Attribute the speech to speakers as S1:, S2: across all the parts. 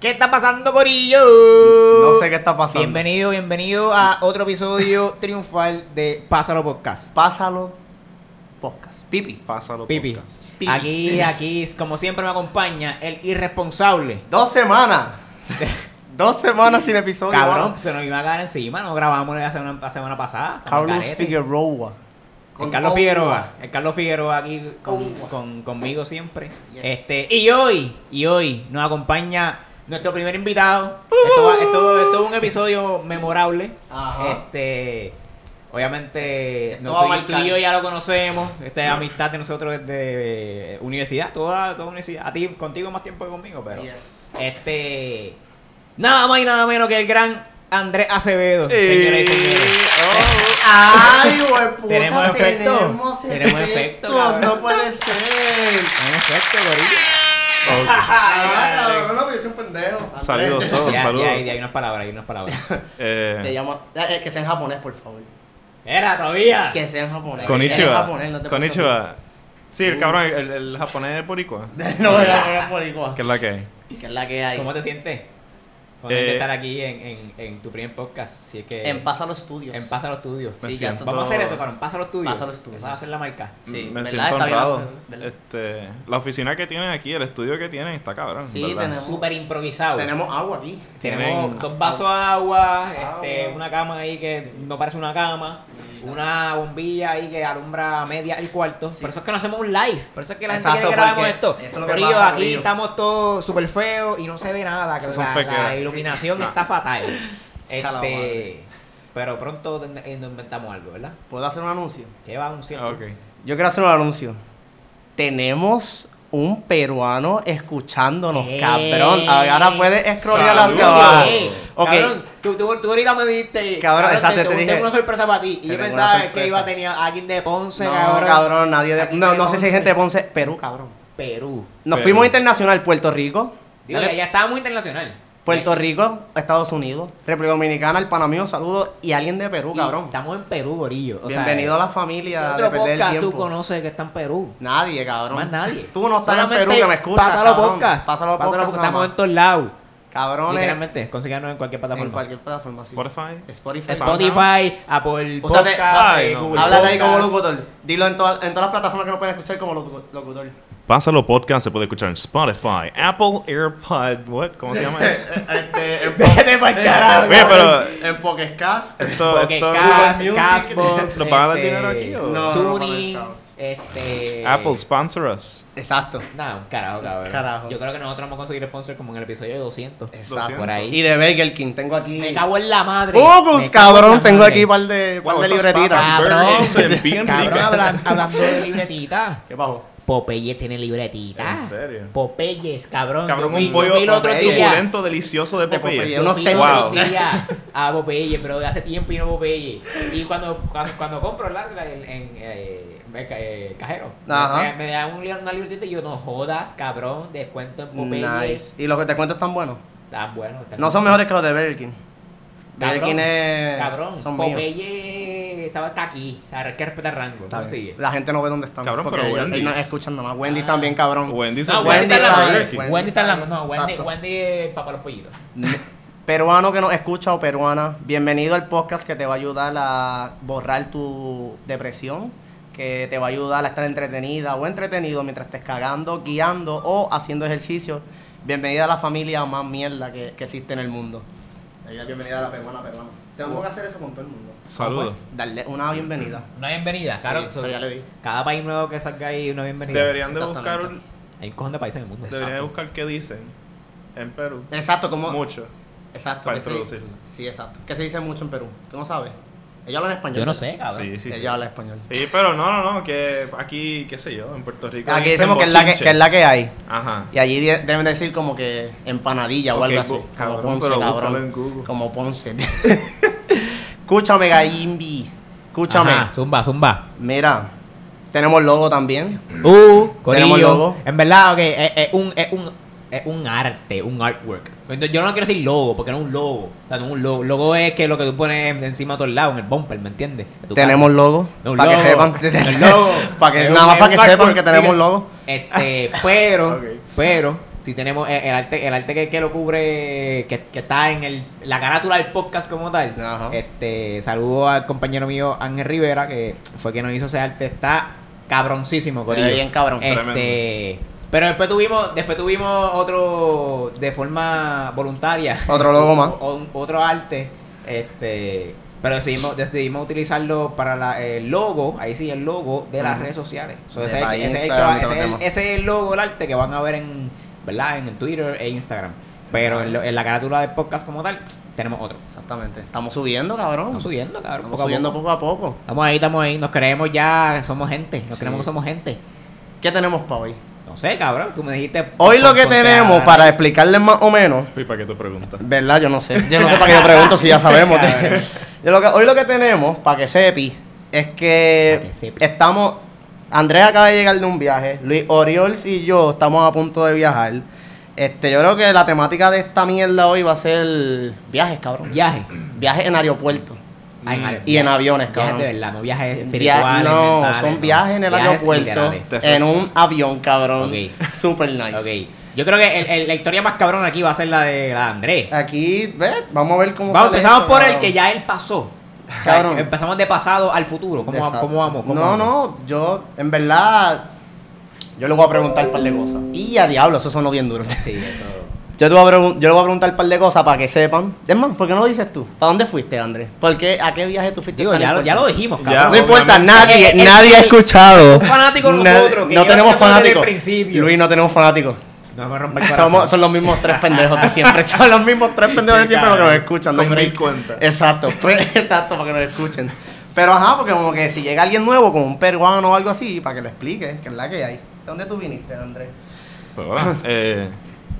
S1: ¿Qué está pasando, Corillo?
S2: No sé qué está pasando.
S1: Bienvenido, bienvenido a otro episodio triunfal de Pásalo Podcast.
S2: Pásalo. Podcast.
S1: Pipi.
S2: Pásalo.
S1: Pipi.
S2: podcast.
S1: Aquí, aquí, como siempre me acompaña el irresponsable.
S2: Dos semanas. Dos semanas sin episodio.
S1: Cabrón,
S2: mano.
S1: se nos iba a caer encima, no grabamos la semana, la semana pasada. estamos
S2: Carlos
S1: caretes.
S2: Figueroa.
S1: El Carlos Figueroa, el Carlos Figueroa aquí con-
S2: Uva.
S1: con- conmigo siempre.
S2: Yes.
S1: Este, y hoy, y hoy nos acompaña nuestro primer invitado.
S2: Uh-huh.
S1: Esto, va- esto- esto es un episodio memorable.
S2: Ajá.
S1: Este, obviamente,
S2: Esto
S1: no,
S2: va a
S1: tú, y- tú
S2: marcar.
S1: y yo ya lo conocemos. Esta es amistad de nosotros desde eh, universidad, toda, toda universidad. A ti, contigo más tiempo que conmigo, pero.
S2: Yes.
S1: Este, nada más y nada menos que el gran Andrés Acevedo,
S2: Eh,
S1: señores y señores.
S2: oh, Ay, hueputa,
S1: Tenemos efecto.
S2: Tenemos,
S1: Tenemos efecto, cabrón.
S2: efectos. No puede ser.
S1: Un efecto, gorillo.
S2: Ah, cabrón, no, pero yo soy un pendejo. Andrés.
S3: Saludos todos,
S1: Ya,
S3: saludos.
S1: ya, ya, hay unas palabras, hay unas palabras.
S3: Eh,
S2: Te llamo. eh, que sea en japonés, por favor.
S1: Era todavía.
S2: Que sea en japonés. Eres
S3: Konnichiwa.
S2: japonés, no te
S3: Konnichiwa. Sí, el
S2: Uh.
S3: cabrón, el, el japonés es boricua.
S2: preocupes. No, no, no, por igual.
S3: Que es la que hay.
S2: Que es la que hay.
S1: ¿Cómo te sientes? Contento
S3: Eh,
S1: de estar aquí en, en, en tu primer podcast. Si es que
S2: En Pásalo Studios.
S1: en Pásalo Studios.
S3: Me
S2: Sí, ya
S3: siento-
S1: Vamos a hacer eso, cabrón. Pásalo Studios.
S2: Pásalo Studios.
S1: Vamos a hacer la marca.
S2: Sí,
S3: Me
S2: ¿verdad?
S3: siento
S2: Está bien,
S3: honrado.
S2: ¿verdad?
S3: Este, la oficina que tienen aquí, el estudio que tienen, está cabrón.
S2: Sí,
S3: ¿verdad?
S2: tenemos-
S1: Súper improvisado.
S2: Tenemos agua aquí.
S1: Tenemos
S3: Tienen-
S1: dos vasos de agua,
S2: Agua.
S1: este, una cama ahí que no parece una cama, una bombilla ahí que alumbra media el cuarto.
S2: Sí.
S1: Por eso es que no hacemos un live, por eso es que la gente quiere
S2: Exacto,
S1: que grabemos
S2: porque
S1: esto.
S2: eso es lo que
S1: Corillo,
S2: pasa,
S1: aquí
S2: corillo.
S1: estamos todos súper feos y no se ve nada, que
S3: Esas son eh.
S1: la,
S3: fequeras.
S1: la iluminación
S3: Sí.
S1: está fatal.
S2: Está la
S1: Este,
S2: madre.
S1: pero pronto ten- eh, nos inventamos algo, ¿verdad?
S2: ¿Puedo hacer un anuncio?
S1: Que va un cierto.
S3: Ah, ok.
S2: Yo quiero hacer un anuncio. Tenemos un peruano escuchándonos,
S1: ¿Qué?
S2: cabrón. Ahora puedes scrollear
S3: Saludos.
S2: hacia abajo.
S1: Ey,
S2: Ok.
S1: Cabrón, tú, tú, tú ahorita me diste.
S2: Cabrón, exacto, te dije-
S1: Tengo una sorpresa para ti.
S2: Te
S1: Y yo
S2: tengo una
S1: pensaba que
S2: sorpresa.
S1: iba a tener a alguien de Ponce,
S2: No,
S1: cabrón.
S2: cabrón, nadie de...
S1: Aquí
S2: No,
S1: de
S2: no sé si
S1: Ponce.
S2: hay gente de Ponce. Perú, cabrón.
S1: Perú.
S2: Nos
S3: Perú.
S2: fuimos internacional. Puerto Rico.
S1: Digo,
S2: Dale.
S1: ya, ya estaba muy internacional.
S2: Puerto
S1: Ya-
S2: Rico, Estados Unidos, República Dominicana, el Panamío, saludos. Y alguien de Perú,
S1: y
S2: cabrón.
S1: Estamos en Perú, gorillo. O sea,
S2: Bienvenido a la
S1: ¿qué
S2: familia de
S1: Otro
S2: perder el
S1: podcast tú
S2: tiempo.
S1: conoces que está en Perú.
S2: Nadie, cabrón.
S1: Más nadie.
S2: Tú no estás en
S1: Solamente
S2: Perú que me escuchas.
S1: Pásalo
S2: cabrón.
S1: podcast.
S2: Pásalo podcast. nada
S1: Estamos
S2: más.
S1: en todos lados.
S2: Cabrones.
S1: Literalmente, consíganos en cualquier
S2: En
S1: plataforma.
S2: cualquier plataforma, sí.
S3: Spotify.
S2: Spotify.
S1: Spotify, Apple
S2: O sea, te-
S1: Podcast,
S3: ay,
S1: eh,
S3: no.
S1: Google
S2: Habla ahí
S1: Podcast.
S2: como locutor. Dilo en, toda- en todas las plataformas que nos pueden escuchar como locu-
S1: Eh,
S2: locutor.
S3: Pásalo podcast se puede escuchar en Spotify, Apple AirPod, what? ¿Cómo se llama eso?
S1: este, Vete pa'l carajo.
S3: Oye, pero-
S2: En Podcast.
S3: Esto,
S1: Porque
S3: esto
S1: Cast,
S2: Music.
S1: Castbox,
S3: ¿Nos van a dar
S1: este,
S3: dinero aquí o?
S2: No, eh. no, no,
S1: Tuning,
S2: no, no, no,
S1: este...
S3: Apple sponsor us.
S2: Exacto.
S1: Nada, un carajo, cabrón.
S2: Carajo. Eh,
S1: Yo creo que nosotros vamos a conseguir sponsor como en el episodio de 200.
S2: Exacto.
S1: Por ahí.
S2: Y de Burger King, tengo aquí.
S1: Me cago en la madre.
S3: Oh,
S2: Ugus,
S1: Me cago en
S2: cabrón,
S1: la
S2: tengo
S1: madre.
S2: aquí un par de, par
S3: Wow,
S2: de
S3: esas
S2: libretitas.
S3: papas.
S1: Cabrón,
S3: Burgers en bien
S1: cabrón
S3: ricas.
S1: hablan- hablando de libretitas.
S2: ¿Qué pasó?
S1: Popeye tiene libretita.
S3: ¿En serio?
S1: Popeyes, cabrón.
S3: Cabrón,
S1: Yo fui-
S3: un
S1: yo
S3: pollo
S1: fui el otro
S2: Popeye.
S1: día.
S3: suculento, delicioso de
S2: De
S3: Popeyes.
S2: Popeyes.
S1: Yo
S2: Unos
S1: fui el
S3: tenis.
S1: otro
S3: Wow.
S1: día a Popeye, pero hace tiempo yo no Popeye. Y cuando, cuando, cuando compro la, la- en, en, eh, el ca- eh, el cajero,
S2: Ajá.
S1: me, me dan un, li- una libretita y yo, no jodas, cabrón, descuento en Popeye.
S2: Nice. ¿Y los que te cuento están buenos?
S1: Tan bueno. tan-
S2: No son mejores que los de Burger King. Burger
S1: Cabrón,
S2: King es...
S1: Cabrón,
S2: son míos.
S1: Popeye estaba hasta aquí. O sea, hay que respetar rango.
S2: Está
S1: ¿Cómo
S2: bien.
S1: sigue?
S2: La gente no ve dónde están.
S3: Cabrón,
S2: porque
S3: pero
S2: ellos-
S3: Wendy's.
S2: ellos no escuchan nada más. Wendy
S1: Ah.
S2: también, cabrón.
S3: Wendy se
S1: No,
S3: fue
S1: Wendy
S3: de
S1: está en la
S3: Burger
S1: madre.
S3: King.
S2: Wendy
S1: Wendy está en la
S2: está-
S1: No, Wendy,
S2: exacto.
S1: Wendy es papá los pollitos.
S2: Peruano que nos escucha o peruana, bienvenido al podcast que te va a ayudar a borrar tu depresión, que te va a ayudar a estar entretenida o entretenido mientras estés cagando, guiando o haciendo ejercicio. Bienvenida a la familia más mierda que, que existe en el mundo. Bienvenida a la peruana, peruana. Tengo que hacer eso con todo el mundo.
S3: Saludos.
S2: Darle una bienvenida.
S1: Una bienvenida, claro.
S2: Sí,
S1: so-
S2: pero ya le di.
S1: Cada país nuevo que salga ahí, una bienvenida.
S3: Deberían de
S2: Exactamente.
S3: buscar un-
S1: Hay un cojón de países en el mundo.
S3: Debería de buscar qué dicen en Perú.
S2: Exacto, como...
S3: Mucho.
S2: Exacto.
S3: Para
S2: que se-
S3: introducirlo.
S2: sí, exacto. ¿Qué se dice mucho en Perú? ¿Tú no sabes? Ellos hablan español.
S1: Yo no
S2: ¿verdad?
S1: sé, cabrón.
S3: Sí, sí,
S2: Ellos
S3: sí.
S2: hablan español.
S3: Sí, pero no, no, no, que aquí, qué sé yo, en Puerto Rico.
S2: Aquí
S3: dicen
S2: decimos que es, la que,
S3: bochinche.
S2: que es la que hay.
S3: Ajá.
S2: Y allí de- deben decir como que empanadilla o
S3: Ok,
S2: algo así.
S3: bu-
S2: Como
S3: cabrón,
S2: Ponce,
S3: pero búscalo en
S2: cabrón.
S3: Google.
S2: Como Ponce. Escúchame, Gallimbi. Escúchame.
S1: Ajá, zumba, zumba.
S2: Mira, tenemos logo también.
S1: Uh,
S2: Tenemos
S1: corillo.
S2: logo.
S1: En verdad, ok, es, es un, es, un, es un arte, un artwork. Entonces, Yo no quiero decir logo, porque no es un logo. O sea, no es un logo. Logo es que lo que tú pones encima de todos lados, en el bumper, ¿me entiendes? De tu
S2: Tenemos logo.
S1: No, un
S2: para que
S1: logo.
S2: sepan.
S1: El logo.
S2: para que,
S1: Es un-
S2: nada más
S1: es
S2: para
S1: un
S2: que sepan
S1: artwork,
S2: que tenemos
S1: diga.
S2: logo.
S1: Este, pero,
S3: Ok.
S1: pero, Si tenemos eh, el arte, el arte que, que lo cubre, que, que está en el, la carátula del podcast como tal.
S2: Ajá.
S1: Este, saludo al compañero mío Ángel Rivera, que fue quien nos hizo ese arte. Está cabroncísimo, corillo.
S2: Pero bien cabrón.
S1: Este, pero después tuvimos, después tuvimos otro de forma voluntaria.
S2: Otro logo más.
S1: O- o- otro arte. Este, pero decidimos, decidimos utilizarlo para la- el logo, ahí sí, el logo de las
S2: Ujú.
S1: redes sociales. So,
S2: De
S1: ese, es el-
S2: la
S1: ese es el que
S2: Instagram
S1: va-
S2: y todo
S1: ese es
S2: el
S1: el-
S2: tema.
S1: ese es el logo del arte que van a ver en, ¿verdad? en el Twitter e Instagram. Pero en, lo- en la carátula del podcast como tal, tenemos otro.
S2: Exactamente. Estamos subiendo, cabrón.
S1: Estamos subiendo, cabrón.
S2: Ah. Estamos
S1: poco a
S2: subiendo
S1: poco.
S2: poco a poco.
S1: Estamos ahí, estamos ahí. Nos creemos ya, somos gente. Nos
S2: Sí.
S1: creemos que somos gente.
S2: ¿Qué tenemos para hoy?
S1: No sé, cabrón. Tú me dijiste.
S2: Hoy lo
S1: por-
S2: que
S1: porque
S2: tenemos,
S1: a-
S2: para explicarles más o menos,
S3: ¿Y para qué te preguntas?
S2: ¿verdad? Yo no sé. Yo no sé para qué yo pregunto si ya sabemos.
S1: Cabrón.
S2: Yo lo que- hoy lo que tenemos, para que sepi, es que,
S1: Pa' que sepi.
S2: estamos. Andrés acaba de llegar de un viaje. Luis Oriols y yo estamos a punto de viajar. Este, yo creo que la temática de esta mierda hoy va a ser viajes, cabrón.
S1: Viaje.
S2: Viajes en aeropuertos.
S1: Ay, madre,
S2: Mm. Y en aviones,
S1: Viajes
S2: cabrón.
S1: de verdad, no viajes
S2: Via-
S1: espirituales.
S2: no,
S1: mentales,
S2: son
S1: no.
S2: viajes en el
S1: Viajes
S2: aeropuerto,
S1: literales.
S2: en un avión, cabrón.
S1: Ok.
S2: Super nice.
S1: Ok. Yo creo que el- el- la historia más cabrona aquí va a ser la de la de Andrés.
S2: Aquí, ve, vamos a ver Ah, cómo
S1: Vamos,
S2: sale
S1: empezamos
S2: esto,
S1: por el
S2: cabrón.
S1: que ya él pasó.
S2: Cabrón.
S1: O sea, Empezamos de pasado al futuro. ¿Cómo, va-
S2: Exacto.
S1: cómo vamos? ¿Cómo
S2: no,
S1: vamos?
S2: no, yo, en verdad, yo le voy a preguntar un par de cosas. Y a diablo, eso sonó bien duro.
S1: Sí, eso.
S2: Yo, te voy a pregun- yo le voy a preguntar un par de cosas para que sepan. Es más, ¿por qué no lo dices tú? ¿Para dónde fuiste, Andrés? ¿Por qué, ¿A qué viaje tú fuiste?
S1: Digo,
S2: tan
S1: ya lo, ya lo
S2: importante?
S1: dijimos,
S3: Ya.
S1: cabrón.
S2: No importa,
S3: Obviamente.
S2: nadie,
S1: Eh, eh,
S2: nadie ha
S1: eh,
S2: escuchado.
S1: un fanático
S2: Nadie-
S1: nosotros, que
S2: No
S1: lleva
S2: tenemos
S1: escuchando desde el
S2: fanáticos.
S1: principio.
S2: Luis, no tenemos fanáticos.
S1: No me rompa el corazón.
S2: Somos, son los mismos tres pendejos de siempre. Son los mismos tres pendejos de
S1: Sí,
S2: siempre los que
S1: cabrón.
S2: nos escuchan. no hay
S3: Con mil
S2: break.
S3: cuentas.
S2: Exacto, pues, exacto, para que nos escuchen. Pero ajá, porque como que si llega alguien nuevo, como un peruano o algo así, para que lo explique, que es la que hay. ¿De dónde tú viniste, Andrés?
S3: Pues, bueno, eh,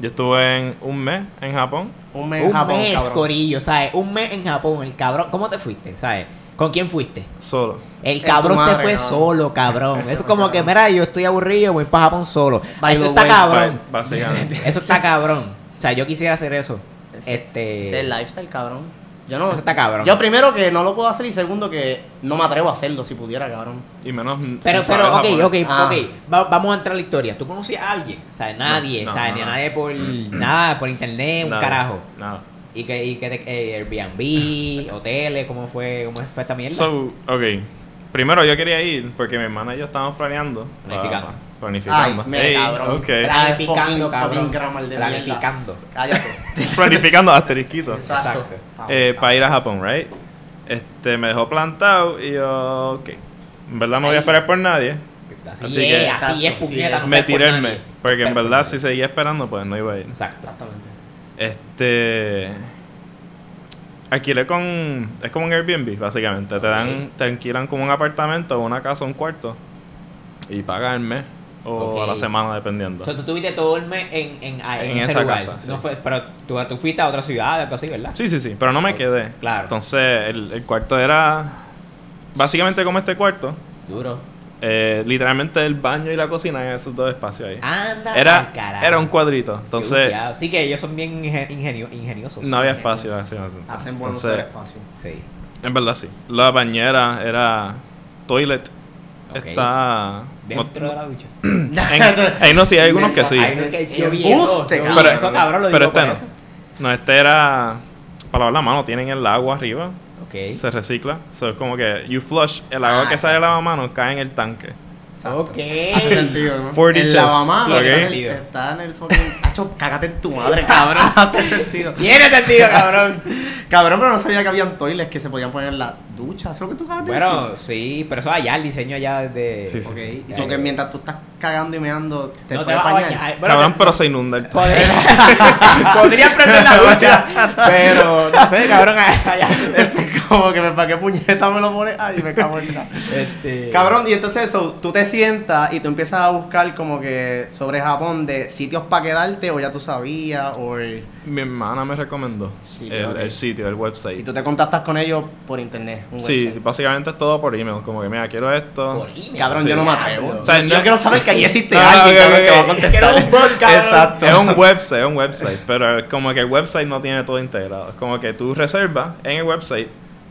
S3: yo estuve en un mes en Japón.
S2: Un mes en
S1: Un
S2: Japón,
S1: mes,
S2: cabrón.
S1: corillo, ¿sabes? Un mes en Japón, el cabrón. ¿Cómo te fuiste? ¿Sabes? ¿Con quién fuiste?
S3: Solo.
S1: El
S2: Es
S1: cabrón
S2: tu
S1: se
S2: madre,
S1: fue
S2: cabrón.
S1: solo, cabrón. Eso es como
S2: Cabrón.
S1: que, mira, yo estoy aburrido, voy para Japón solo.
S2: By
S1: Eso
S2: the
S1: está
S2: way,
S1: cabrón.
S3: Ba- Básicamente.
S1: Eso está cabrón. O sea, yo quisiera hacer eso.
S2: Ese-
S1: Este.
S2: Ese es el lifestyle, cabrón. Yo no.
S1: Eso está cabrón.
S2: Yo primero que no lo puedo hacer y segundo que no me atrevo a hacerlo si pudiera, cabrón.
S3: Y menos. sin
S1: Pero,
S3: saber
S1: pero, ok,
S3: japonés.
S1: ok,
S2: Ah.
S1: ok. Va- vamos a entrar a la historia. ¿Tú conocías a alguien? O sea, nadie.
S3: No,
S1: o sea,
S3: no,
S1: ni a
S3: no.
S1: nadie por nada, por internet, un
S3: Nada,
S1: carajo.
S3: Nada.
S1: Y que, y que te- eh, Airbnb, hoteles, ¿cómo fue, cómo fue esta mierda?
S3: So, ok. Primero yo quería ir porque mi hermana y yo estábamos planeando.
S1: Planificando.
S3: Ah, planificando.
S2: Ay, mira,
S3: Ey,
S2: cabrón.
S3: ok.
S2: Gracias.
S1: planificando,
S2: fucking-
S1: cabrón.
S2: fucking grammar de
S1: Planificando.
S2: Cállate.
S3: Planificando asterisquitos.
S2: Exacto.
S1: Exacto.
S3: eh, para ir a Japón, right? Este, me dejó plantado y yo, ok. En verdad no voy a
S2: Ahí.
S3: esperar por nadie.
S1: Así,
S3: Así
S1: es,
S3: que-
S1: así es,
S2: Exacto,
S1: puñeta.
S2: sí,
S1: no esperes
S3: me
S1: por
S3: tiré el
S1: nadie.
S3: mes. Porque en
S1: Esperes por
S3: verdad
S1: nadie.
S3: si seguía esperando, pues no iba a ir.
S1: Exacto.
S2: Exactamente.
S3: Este. Alquilé con. Es como un Airbnb, básicamente. Te dan, te alquilan como un apartamento, una casa, un cuarto. Y pagas el mes. O a la
S1: Ok.
S3: semana, dependiendo.
S1: O sea, tú estuviste todo el mes en, en, ah, en,
S3: En
S1: ese
S3: esa
S1: lugar.
S3: casa, sí.
S1: no fue, pero tú, tú fuiste a otra ciudad, algo así, ¿verdad?
S3: Sí, sí, sí. Pero no me quedé.
S1: Claro.
S3: Entonces, el, el cuarto era. Básicamente como este cuarto.
S1: Duro.
S3: eh, literalmente el baño y la cocina en esos dos espacios ahí.
S1: Anda,
S3: Era,
S1: pa'l Ah, carajo.
S3: era un cuadrito.
S1: Qué
S3: Entonces,
S1: bufiado. Sí, que ellos son bien inge- ingenio- ingeniosos.
S3: no había espacio. así, así.
S2: Hacen buenos
S3: Entonces,
S2: espacios.
S1: Sí.
S3: En verdad sí. La bañera era toilet.
S1: Ok.
S3: Está.
S1: Dentro de la ducha.
S3: En- ahí no, sí, hay algunos que sí.
S1: Ay, no, es que yo vi eso.
S2: Embuste,
S1: yo vi
S3: cabrón.
S1: eso, cabrón, lo
S3: Pero
S1: digo por
S3: este
S1: eso.
S3: No, este era. Para lavar la mano, tienen el agua arriba,
S1: Ok.
S3: se recicla. So, es como que you flush, el agua
S2: Ah,
S3: que sale de la mano cae en el tanque.
S1: Ok.
S2: Hace sentido, ¿no?
S3: 40
S2: el
S3: chess.
S2: lavamanos
S3: Ok.
S2: que sale- está en el fucking. Hacho, cágate en tu madre, cabrón. Hace sentido.
S1: Tiene sentido, cabrón.
S2: Cabrón, pero no sabía que habían toiles que se podían poner en la ducha. Eso es lo que tú acabas de decir.
S1: Bueno, sí, pero eso allá, el diseño allá de.
S3: Sí, sí,
S2: Ok,
S3: sí.
S2: y eso que mientras tú estás cagando y meando, te
S1: No te
S2: puedes
S1: vas a
S2: bañar.
S1: bañar.
S3: Cabrón, pero se inunda el tanque.
S1: Podría, podría prender la ducha, pero no sé, cabrón. allá.
S2: Es como que me pa' qué puñeta me lo pones. Ay, me cago en la.
S1: Este-
S2: Cabrón, y entonces eso, tú te sientas y tú empiezas a buscar como que sobre Japón de sitios para quedarte o ya tú sabías o... el-
S3: Mi hermana me recomendó
S2: Sí,
S3: el,
S2: ok.
S3: el sitio, el
S2: Y
S3: website.
S2: tú te contactas con ellos por internet. un
S3: Sí,
S2: website.
S3: básicamente es todo por email. Como que, mira, quiero esto.
S1: Por email.
S2: Cabrón,
S3: Sí.
S2: yo no me atrevo.
S1: Diablo.
S3: O sea,
S2: yo
S3: no-
S2: quiero saber que ahí existe
S3: No, no,
S2: alguien
S3: ok,
S2: cabrón,
S3: ok,
S2: que va a
S3: ok.
S2: contestar.
S1: Quiero un bot, cabrón.
S2: Exacto.
S3: Es un website, es un website, pero como que el website no tiene todo integrado. Es como que tú reservas en el website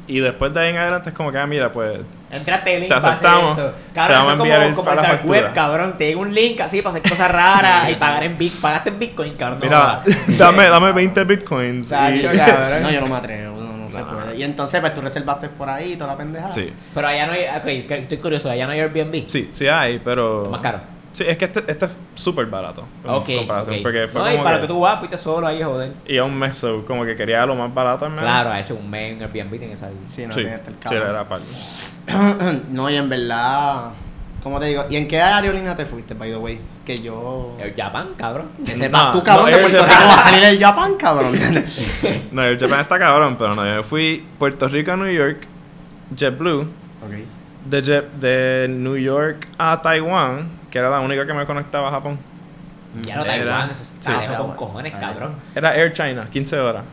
S3: Y después de ahí en adelante es como que, ah, mira, pues
S1: Entraste el link
S3: Te
S1: para hacer
S3: aceptamos.
S1: esto. Cabrón,
S3: Te vamos a
S1: eso es
S3: enviar
S1: como
S3: el-
S1: comprar
S3: la
S1: dark web,
S3: factura.
S1: cabrón. Te llega un link así para hacer cosas raras y pagar en Bitcoin. Pagaste en Bitcoin, cabrón. no
S3: Mira,
S1: jodas.
S3: dame, dame 20 bitcoins. y-
S1: Sacho, cabrón.
S2: No, yo no me atrevo, no, no se
S3: Nah.
S2: puede. Y entonces, pues tú reservaste por ahí y toda la pendejada.
S3: Sí,
S1: Pero allá no hay. Ok, que- estoy curioso, allá no hay Airbnb.
S3: sí, sí hay, pero.
S1: Es más caro.
S3: Sí, es que este, este es súper barato. en
S1: Ok.
S3: comparación,
S1: ok.
S3: Porque fue
S1: no, y
S3: como
S1: para lo
S3: que-
S1: que tú vas, fuiste solo ahí, joder.
S3: Y a un mes, so, como que quería lo más barato, ¿no?
S1: Claro, ha hecho un mes en Airbnb en esa vida.
S2: Sí, no
S3: Ah. sí,
S2: tiene que estar
S3: sí,
S2: cabrón.
S3: era par.
S2: no, y en verdad, ¿cómo te digo? ¿Y en qué aerolínea te fuiste, by the way? Que yo.
S1: El Japan, cabrón.
S2: Que
S3: No,
S2: sepas tú, cabrón,
S3: no,
S2: de Puerto
S3: Air
S2: Rico
S3: Japan.
S2: va a salir el Japan, cabrón.
S3: No, el Japan está cabrón, pero no. Yo fui Puerto Rico a New York, JetBlue,
S2: ok.
S3: de, Jet- de New York a Taiwán, que era la única que me conectaba a Japón.
S1: Ya no
S3: Era-
S1: Taiwán, eso
S3: Ah,
S2: sí,
S1: está
S2: era
S1: con
S2: bueno.
S1: cojones,
S2: Ahí.
S1: cabrón.
S3: Era Air China, 15 horas.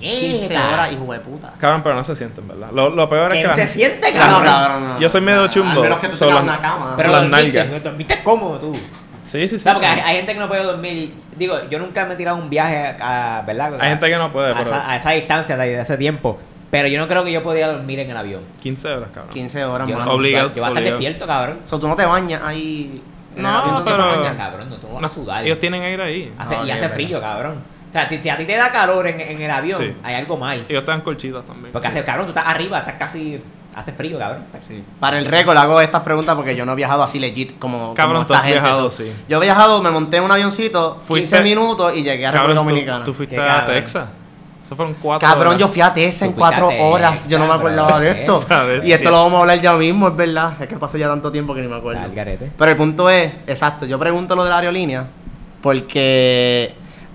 S2: 15
S1: ¡Puñeta!
S2: horas, hijo de puta.
S3: Cabrón, pero no se sienten, ¿verdad? Lo, lo peor es
S1: Que
S3: que.
S1: no
S3: la-
S1: se siente,
S2: No,
S1: cabrón.
S2: cabrón, no.
S3: Yo soy medio chumbo,
S2: Al menos que tú
S3: solo-
S2: tengas una cama.
S1: Pero
S3: Las
S1: dormiste,
S3: nalgas.
S1: dormiste cómodo tú.
S3: Sí, sí, sí.
S1: No, porque hay, hay gente que no puede dormir. Digo, yo nunca me he tirado un viaje a, a- ¿verdad?
S3: Hay gente que no puede,
S1: a,
S3: pero
S1: esa, a esa distancia de, de ese tiempo. Pero yo no creo que yo podía dormir en el avión.
S3: 15 horas, cabrón.
S2: 15 horas,
S1: Yo,
S2: mano.
S3: Obli- Obligado,
S1: yo voy a estar
S3: obligado.
S1: despierto, cabrón.
S2: O sea, tú no te bañas ahí. en
S3: No,
S2: el avión, tú te
S3: pero-
S2: bañas, cabrón.
S1: Cabrón, no te vas
S3: No,
S1: a sudar.
S3: Ellos tienen aire ahí.
S1: Hace-
S2: Ah, ok,
S1: y hace
S2: verdad.
S1: frío, cabrón. O sea, si, si a ti te da calor en, en el avión,
S3: Sí.
S1: hay algo mal.
S3: Ellos están colchitas también.
S1: Porque hace, cabrón, tú estás arriba, estás casi... Hace frío, cabrón.
S2: Para el récord hago estas preguntas porque yo no he viajado así legit como.
S3: Cabrón,
S2: como
S3: tú
S2: esta
S3: has
S2: gente,
S3: viajado,
S2: so-
S3: sí.
S2: Yo he viajado, me monté en un avioncito, 15
S3: Fuiste-
S2: minutos y llegué a República
S3: Cabrón, tú-
S2: Dominicana.
S3: tú, fuiste
S1: Qué
S3: a
S1: cabrón.
S3: Texas. Eso fueron cuatro
S2: Cabrón,
S3: horas.
S2: yo fui a TESA en
S1: Tú fuiste a
S2: 4 horas.
S1: Texas,
S2: Yo no me acordaba
S1: bro,
S2: de
S1: ¿en
S2: esto.
S3: serio?
S2: Y esto lo vamos a hablar ya mismo, es verdad. Es que pasó ya tanto tiempo que ni me acuerdo.
S1: Al garete.
S2: Pero el punto es, exacto, yo pregunto lo de la aerolínea porque...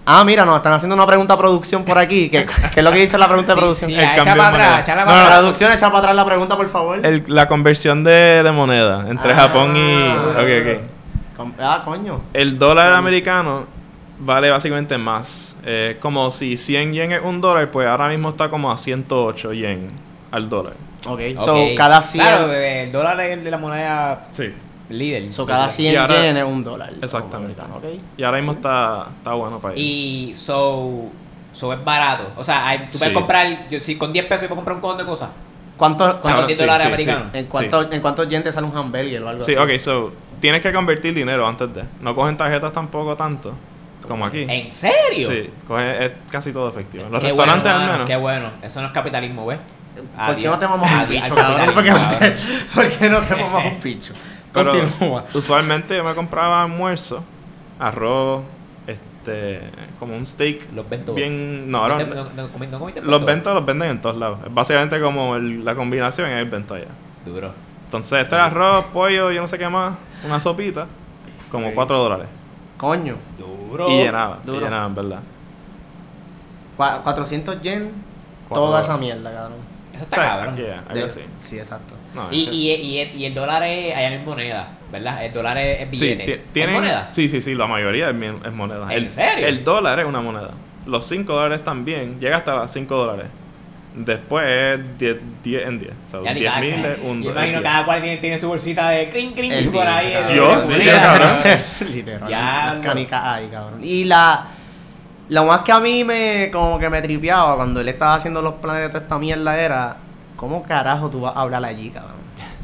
S2: Ah, mira, nos están haciendo una pregunta a producción por aquí. que que es lo que dice la pregunta de producción?
S3: El cambio
S1: echa
S3: de
S1: para
S3: moneda.
S1: atrás, echa la
S3: No,
S1: para
S3: no,
S1: atrás.
S2: Producción, echa para atrás la pregunta, por favor.
S3: El- la conversión de, de moneda entre
S2: Ah.
S3: Japón y. Ok, ok.
S2: Com- Ah, coño.
S3: El dólar americano vale básicamente más. Eh, como si 100 yen es un dólar, pues ahora mismo está como a 108 yen al dólar.
S2: Ok, so cada 100,
S1: Claro, bebé, el dólar es de la moneda
S3: Sí.
S1: líder.
S2: so, cada
S3: Y
S2: 100
S3: ahora-
S2: yen es un dólar.
S3: Exactamente.
S2: Ok.
S3: Y ahora mismo está, está bueno para ir.
S1: Y so, so es barato. O sea, hay- tú puedes
S3: Sí.
S1: comprar, yo, si con 10 pesos yo puedo comprar un cojón de cosas.
S2: ¿Cuánto, cuánto-
S1: Cabrón, 10 dólares americanos.
S2: ¿En cuántos en cuántos yen te sale un hamburger o algo
S3: Sí,
S2: así?
S3: ok, so tienes que convertir dinero antes de. No cogen tarjetas tampoco tanto como aquí.
S1: ¿En serio?
S3: Sí, cogen, es casi todo efectivo. Los
S1: Qué
S3: restaurantes
S1: bueno,
S3: al
S1: mano,
S3: menos.
S1: Qué bueno. Eso no es capitalismo, ¿ves?
S2: ¿Por qué no te vamos a un bicho, cabrón?
S1: cabrón?
S2: ¿Por qué no te- ¿Por qué no te vamos a un bicho?
S3: Pero
S2: Continúa.
S3: usualmente yo me compraba almuerzo, arroz, este, como un steak.
S1: Los bentos.
S3: Bien, no,
S1: Este, No,
S3: ahora-
S1: te- no, no, comi- no comiste
S3: los
S1: bentos.
S3: bentos los venden en todos lados. Es Básicamente como el- la combinación es el bento allá.
S1: Duro.
S3: Entonces, esto es arroz, pollo, yo no sé qué más, una sopita, como
S1: Ok.
S3: 4 dólares.
S2: Coño.
S1: Duro.
S3: Y llenaba, y
S2: duro.
S3: llenaba, en verdad.
S2: Cua- 400 yen,
S3: Cuatro
S2: toda
S3: dólares.
S2: esa mierda, cabrón.
S1: Eso
S3: O
S1: está
S3: sea,
S1: cabrón.
S3: yeah, algo
S2: De-
S3: así.
S2: Sí, exacto.
S3: No,
S1: Y,
S3: es que-
S1: y, y, y el dólar es, allá no es moneda, ¿verdad? El dólar es, es
S3: Sí,
S1: billete.
S3: ti-
S1: ¿Es
S3: tienen-
S1: moneda?
S3: Sí, sí, sí, la mayoría es, mien- es moneda.
S1: ¿En
S3: el,
S1: serio?
S3: El dólar es una moneda. Los 5 dólares también, llega hasta las 5 dólares. Después es 10, 10 en 10. O sea,
S1: Ya ni
S3: 10
S1: cada-
S3: mil es un
S1: Yo
S3: do-
S1: imagino
S3: es
S1: cada cual tiene, tiene su bolsita de crin crin
S2: El
S1: por ahí.
S2: billete,
S1: de-
S3: Yo,
S1: de-
S3: sí,
S1: de-
S3: yo, cabrón.
S2: Literal.
S1: Ya,
S2: las
S1: no.
S2: canicas ahí, cabrón. Y la. Lo más que a mí me. Como que me tripeaba cuando él estaba haciendo los planes de toda esta mierda era. ¿Cómo carajo tú vas a hablar allí, cabrón?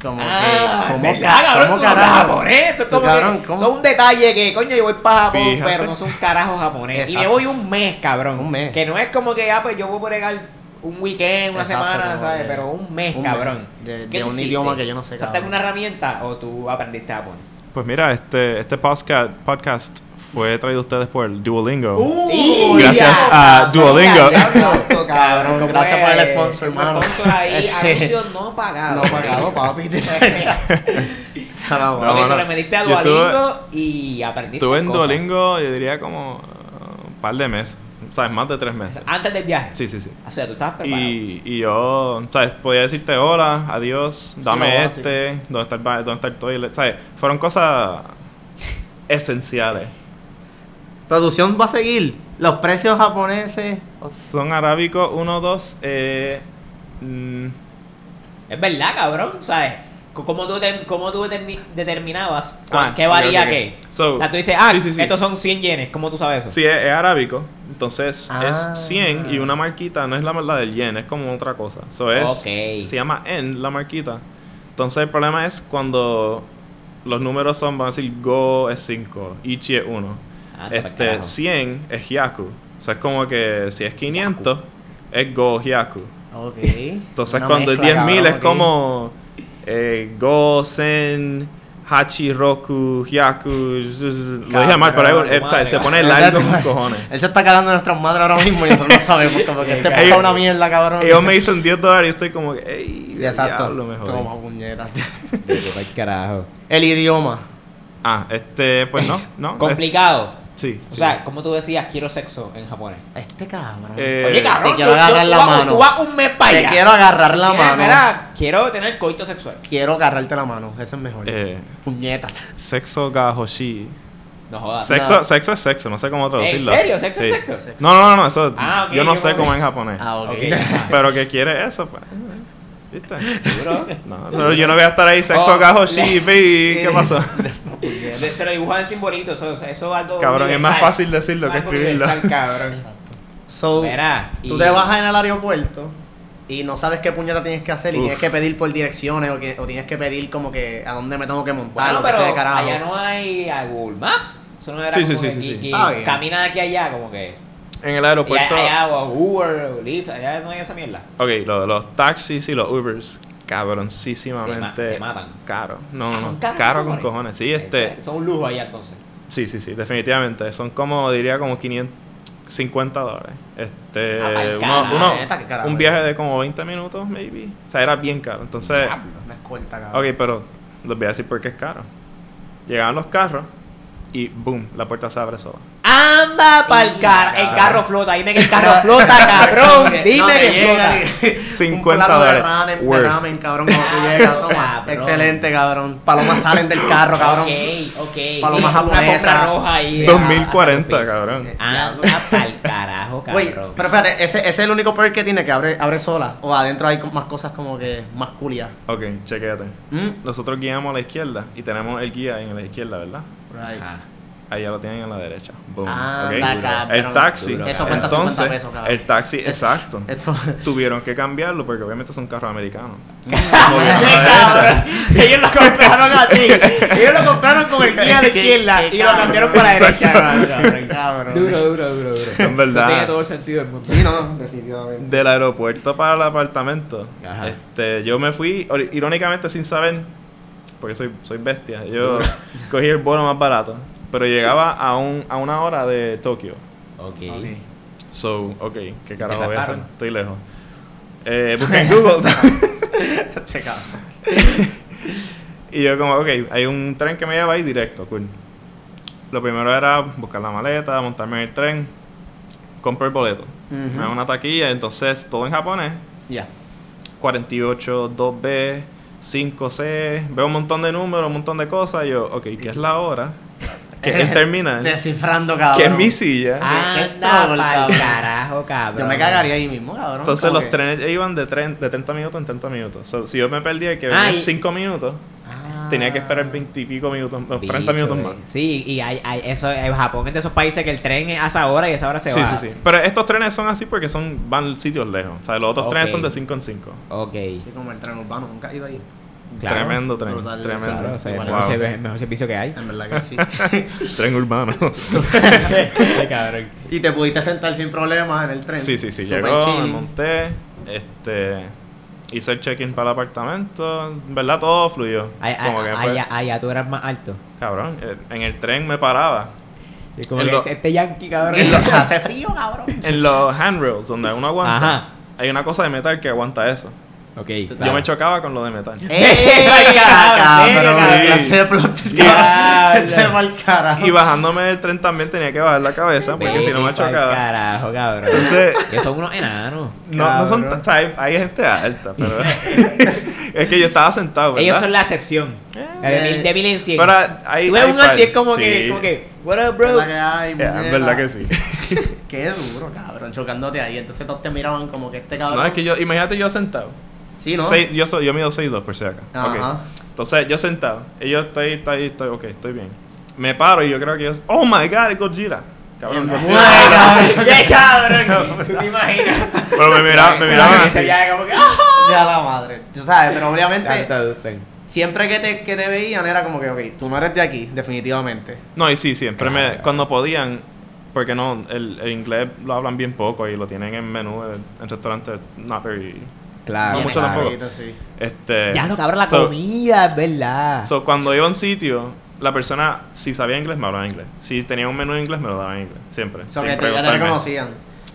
S2: Como
S1: Ah,
S2: que. ¿Cómo,
S1: ¿verdad,
S2: ca-
S1: cabrón?
S2: cómo
S1: Tú no hablas japonés, esto es
S2: Tú,
S1: como
S2: cabrón,
S1: que
S2: ¿cómo?
S1: son un detalle que, coño, yo voy para Japón,
S3: Fíjate.
S1: pero no son carajo japonés. Y me
S2: Exacto.
S1: voy un mes, cabrón.
S2: Un mes.
S1: Que no es como que, ah, pues yo voy por llegar un weekend, una
S2: Exacto,
S1: semana,
S2: como
S1: ¿sabes?
S2: que-
S1: Pero un mes,
S2: un mes.
S1: cabrón.
S2: De-
S1: ¿Qué
S2: de
S1: tú
S2: un
S1: hiciste?
S2: idioma que yo no sé,
S1: ¿Usaste
S2: cabrón.
S1: alguna herramienta o tú aprendiste japonés?
S3: Pues mira, este, este podcast, podcast fue traído a ustedes por Duolingo.
S1: Uh, ¡Y
S3: gracias
S1: ya,
S3: a Duolingo.
S1: ya, ya,
S2: Cabrón,
S1: como
S2: gracias por el
S1: es,
S2: sponsor,
S1: un
S2: mano.
S1: pues. sponsor ahí,
S2: Este-
S1: anuncio no pagado.
S2: No pagado, papi.
S3: No,
S1: Ok,
S3: mano.
S1: solo le metiste a
S3: Yo estuve-
S1: Duolingo y aprendiste
S3: Estuve en
S1: cosas.
S3: Duolingo, yo diría como uh, un par de meses. O sea, más de 3
S1: O sea,
S3: meses.
S1: Antes del viaje.
S3: Sí, sí, sí.
S1: O sea, tú estabas preparado.
S3: Y, y yo, ¿sabes? Podía decirte hola, adiós, dame
S2: hola, sí.
S3: este, ¿dónde está el baño? ¿Dónde está el toilet? ¿Sabes? Fueron cosas esenciales.
S2: Producción va a seguir. Los precios japoneses.
S3: Son arábicos 1, 2, eh, mm,
S1: Ah, Es verdad, cabrón, ¿sabes? ¿Cómo tú, de- cómo tú determi- determinabas
S3: Ah,
S1: qué
S3: ok,
S1: varía
S3: ok, ok.
S1: qué?
S3: So,
S1: o sea, tú dices, ah,
S3: sí, sí, sí.
S1: estos son 100 yenes. ¿Cómo tú sabes eso?
S3: Sí, es, es arábico. Entonces
S2: Ah.
S3: es 100 y una marquita no es la, la del yen, es como otra cosa. So, es,
S1: Ok.
S3: Se llama en la marquita. Entonces el problema es cuando los números son, van a decir go es 5, ichi es 1.
S1: Ah, anda pa'l
S3: Este,
S1: carajo.
S3: 100 es hyaku. O sea, es como que si es 500 es go hyaku.
S2: Ok.
S3: Entonces
S2: Una
S3: cuando
S2: mezcla,
S3: es 10.000 es
S2: cabrón, ok.
S3: como eh, go, sen, hachi, roku, hyaku. Lo dije mal, pero
S1: Cabrón,
S3: es- es-
S1: tu
S3: ¿sabes? se
S1: madre,
S3: pone
S2: Él
S3: largo
S2: se-
S3: con cojones.
S2: Él se está cagando en nuestras madres ahora mismo y nosotros no sabemos como que este
S1: Ellos-
S2: podcast es una mierda, cabrón.
S3: Ellos me dicen 10 dólares y estoy como que, ey,
S2: Exacto.
S3: diablo, me jodí".
S2: Toma puñeta.
S1: Vete pa'l carajo.
S2: El idioma.
S3: Ah, este, pues no, no. es-
S1: Complicado.
S3: sí.
S1: O
S3: sí.
S1: sea, ¿cómo tú decías quiero sexo en japonés?
S2: Este cabrón.
S3: Eh,
S1: Oye, cabrón,
S2: te quiero
S1: tú- tú-
S2: agarrar
S1: tú
S2: la
S1: vas-
S2: mano.
S1: Tú vas un mes para
S2: te
S1: allá.
S2: quiero agarrar la
S1: Mira,
S2: mano.
S1: mira, quiero tener coito sexual.
S2: Quiero agarrarte la mano. Ese es mejor.
S3: eh,
S2: Puñeta.
S3: sexo ga hoshi.
S1: No jodas.
S3: Sexo,
S2: No.
S3: sexo es sexo, no sé cómo traducirlo.
S1: ¿En serio? ¿Sexo es
S3: Sí.
S1: sexo?
S3: No, no, no, no, eso.
S1: Ah, ok,
S3: yo no
S1: yo
S3: sé
S1: creo
S3: cómo
S1: que-
S3: es en japonés.
S2: Ah, ok.
S1: Ok.
S3: Pero que quiere eso, pues. ¿Viste?
S1: Seguro.
S3: No, no, yo no voy a estar ahí sexo
S1: Oh,
S3: ga hoshi, baby. ¿Qué pasó?
S1: Le- Se lo dibujan en simbolito, eso, o sea, eso es algo.
S3: Cabrón, es más
S1: universal.
S3: fácil decirlo
S1: Eso
S3: que
S1: es algo
S3: escribirlo.
S1: universal, cabrón.
S2: So,
S1: Verá,
S2: tú
S1: y-
S2: te bajas en el aeropuerto y no sabes qué puñeta tienes que hacer y
S3: Uf.
S2: tienes que pedir por direcciones o, que- o tienes que pedir como que a dónde me tengo que montar
S1: Bueno,
S2: o que sea de
S1: pero
S2: carajo.
S1: allá no hay a Google Maps. Eso no era
S3: Sí,
S1: como
S3: sí,
S1: que
S3: sí,
S1: aquí-
S3: sí, sí.
S1: aquí-
S2: Está bien.
S1: camina de aquí a allá, como que.
S3: En el
S1: Y a-
S3: aeropuerto.
S1: allá o a Uber o Lyft, allá no hay esa mierda.
S3: Ok, lo- los taxis y los Ubers,
S1: Se
S3: cabroncísimamente.
S1: ma- se matan.
S3: Caro. No, no,
S1: Son
S3: no.
S1: caros
S3: Caro
S1: con
S3: con
S1: cojones.
S3: cojones. Sí,
S1: Eh,
S3: este.
S1: Son un lujo allá entonces.
S3: Sí, sí, sí, definitivamente. Son como, diría, como 550 dólares. Este.
S1: Ah, pa'l
S3: uno-
S1: carajo,
S3: uno-
S2: pues, neta, qué carajo
S3: un viaje de como 20 minutos, maybe. O sea, era bien caro. Entonces.
S2: Eh. Me escolta,
S3: Ok,
S2: cabrón.
S3: pero les voy a decir por qué es caro. Llegaban los carros y boom, la puerta se abre sola.
S1: Anda pa'l
S2: Y-
S1: car El
S2: cabrón.
S1: carro flota. Dime que el carro flota, cabrón. Dime
S2: No, te
S1: que
S2: llega
S1: flota.
S2: y- un
S3: 50
S2: plato
S3: dólares.
S2: De ramen, de
S3: Worth.
S2: ramen, cabrón, cuando tú llegas, toma.
S1: Cabrón.
S2: Excelente, cabrón. Palomas salen del carro, cabrón.
S1: Ok, ok.
S2: Paloma
S1: sí, una
S2: japonesa.
S1: compra roja ahí. Ah, a- a- a-
S3: 2040, cabrón.
S2: Eh.
S1: Anda pa'l carajo,
S2: Güey,
S1: cabrón.
S2: pero espérate, ese, ese es el único perk que tiene que abre, abre sola. O adentro hay co- más cosas como que más culias.
S3: Ok, chequéate.
S2: ¿Mm?
S3: Nosotros guiamos a la izquierda y tenemos el guía en la izquierda, ¿verdad?
S1: Ajá.
S3: Allá lo tienen en la derecha. Boom.
S2: Anda,
S3: ok.
S2: Ah, cabrón.
S3: El taxi.
S1: Duro,
S2: Eso cuesta
S3: Entonces,
S2: 50 pesos, cabrón.
S3: El taxi,
S2: Es-
S3: exacto.
S2: Eso.
S3: Tuvieron que cambiarlo porque obviamente son carros americanos.
S1: Ah, Cabrón, Ellos lo compraron así. Ellos lo compraron con el guía de
S2: Qué-
S1: izquierda
S2: qué
S1: y lo cambiaron para la derecha. cabrón, cabrón.
S2: Duro,
S1: duro, duro, duro.
S3: En verdad.
S1: tiene todo el sentido del mundo.
S2: Sí, no, definitivamente.
S3: Del aeropuerto para el apartamento.
S1: Ajá.
S3: Este, yo me fui, ori- irónicamente sin saber, porque soy, soy bestia. Yo cogí el bono más barato. Pero llegaba a, un, a una hora de Tokio.
S1: Ok.
S3: So, ok, ¿qué carajo
S1: la
S3: voy a hacer?
S1: paran.
S3: Estoy lejos. Eh, busqué en Google. y yo como, ok, hay un tren que me lleva ahí directo, cool. Lo primero era buscar la maleta, montarme en el tren, comprar el boleto.
S2: Ujú.
S3: Me da una taquilla, entonces todo en japonés.
S2: Ya.
S3: 48, 2B, 5C, veo un montón de números, un montón de cosas. Y yo, ok, ¿qué es la hora? ¿Qué es el terminal?
S2: Descifrando, cabrón.
S3: ¿Qué es mi silla?
S2: qué
S1: Ah, Anda
S2: estado,
S1: pa'l
S2: cabrón.
S1: carajo, cabrón.
S2: Yo me cagaría ahí mismo, cabrón.
S1: Ah,
S3: Entonces
S2: como
S3: los
S2: que-
S3: trenes iban de, tren, de 30 minutos en 30 minutos. So, si yo me perdía y que
S1: Ah,
S3: venía en
S1: y-
S3: 5 minutos,
S2: Ah.
S3: tenía que esperar 20 y pico minutos, no, 30
S1: Bicho,
S3: minutos
S1: eh.
S3: más.
S1: Sí, y hay, hay eso, en Japón es de esos países que el tren es a esa hora y a esa hora se
S3: Sí,
S1: va.
S3: sí, sí. Pero estos trenes son así porque son van sitios lejos. O sea, los otros trenes
S1: Ok.
S3: son de 5 en 5.
S1: Ok.
S2: Sí, como el tren urbano, nunca he ido ahí.
S1: Claro.
S3: Tremendo tren.
S2: Brutal,
S3: tremendo.
S1: Claro, o sea,
S2: Igual,
S1: el mejor
S3: Wow.
S1: servi- el mejor servicio que hay.
S2: En verdad que sí.
S3: Tren urbano.
S1: cabrón.
S2: y te pudiste sentar sin problemas en el tren.
S3: sí, sí, sí.
S2: Super
S3: Llegó, me
S2: chilling.
S3: monté. Este, hice el check-in para el apartamento. En verdad todo fluyó.
S1: Ay, ay,
S3: Como que
S1: ay,
S3: fue-
S1: ay, ay, ya tú eras más alto.
S3: Cabrón, eh, en el tren me paraba.
S1: Y como
S3: En
S1: que
S3: lo-
S1: este, este yankee, cabrón.
S2: Y lo- Hace frío, cabrón.
S3: En los handrails donde uno aguanta,
S1: Ajá.
S3: hay una cosa de metal que aguanta eso.
S1: Ok.
S3: Yo
S1: claro.
S3: me chocaba con lo de metal.
S2: ¡Eh, cabrón!
S1: cabrón,
S2: Clase de plot twist, cabrón. Este va al carajo.
S3: Y bajándome del tren también tenía que bajar la cabeza porque si no me
S1: Vete pa'l
S3: chocaba.
S1: Carajo, cabrón.
S3: Entonces,
S1: que son unos enanos.
S3: no, no son.
S1: cabrón.
S3: O sea, hay, hay gente alta, pero. es que yo estaba sentado, ¿verdad? Eh,
S1: Ellos son la excepción. De mil, de mil en cien.
S3: Pero hay.
S1: Tú ves
S3: hay
S1: un alto y es
S3: par,
S1: como,
S3: sí.
S1: que, como que, what up,
S2: Es
S1: bro?
S2: la que hay,
S3: Eh,
S2: muñeca.
S3: Es verdad que sí.
S2: Qué duro, cabrón, chocándote ahí. Entonces todos te miraban como que este cabrón.
S3: No, es que yo. Imagínate yo sentado.
S2: Sí, ¿no?
S3: Seis- yo, soy, yo mido 6'2 por si acá.
S2: Ajá.
S3: Entonces, yo sentado, y yo estoy, estoy, estoy, ok, estoy bien. Me paro y yo creo que yo, oh my god, es Godzilla. Cabrón, Godzilla.
S1: cabrón! ¡Qué cabrón! ¿Tú te imaginas?
S3: Pero me miraban, me miraban
S1: Ese
S3: así.
S1: viaje como que... ¡ah! este".
S2: Ya la madre. Tú sabes, pero obviamente,
S1: Exacto,
S2: siempre que te, que te veían era como que, ok, tú no eres de aquí, definitivamente.
S3: No, y sí, siempre me,
S1: Claro.
S3: cuando podían, porque no, el, el inglés lo hablan bien poco y lo tienen en menú en, en restaurantes not very,
S1: Claro.
S3: No mucho
S1: claro.
S3: tampoco.
S2: Ahorita sí.
S3: este...
S1: Ya lo cabrón la
S3: so-
S1: comida, es verdad.
S3: So, cuando iba a un sitio, la persona, si sabía inglés, me hablaba inglés. Si tenía un menú en inglés, me lo daba en inglés. Siempre.
S2: O sea,
S3: sin
S2: que te, ya te
S3: preguntarme.
S2: reconocían.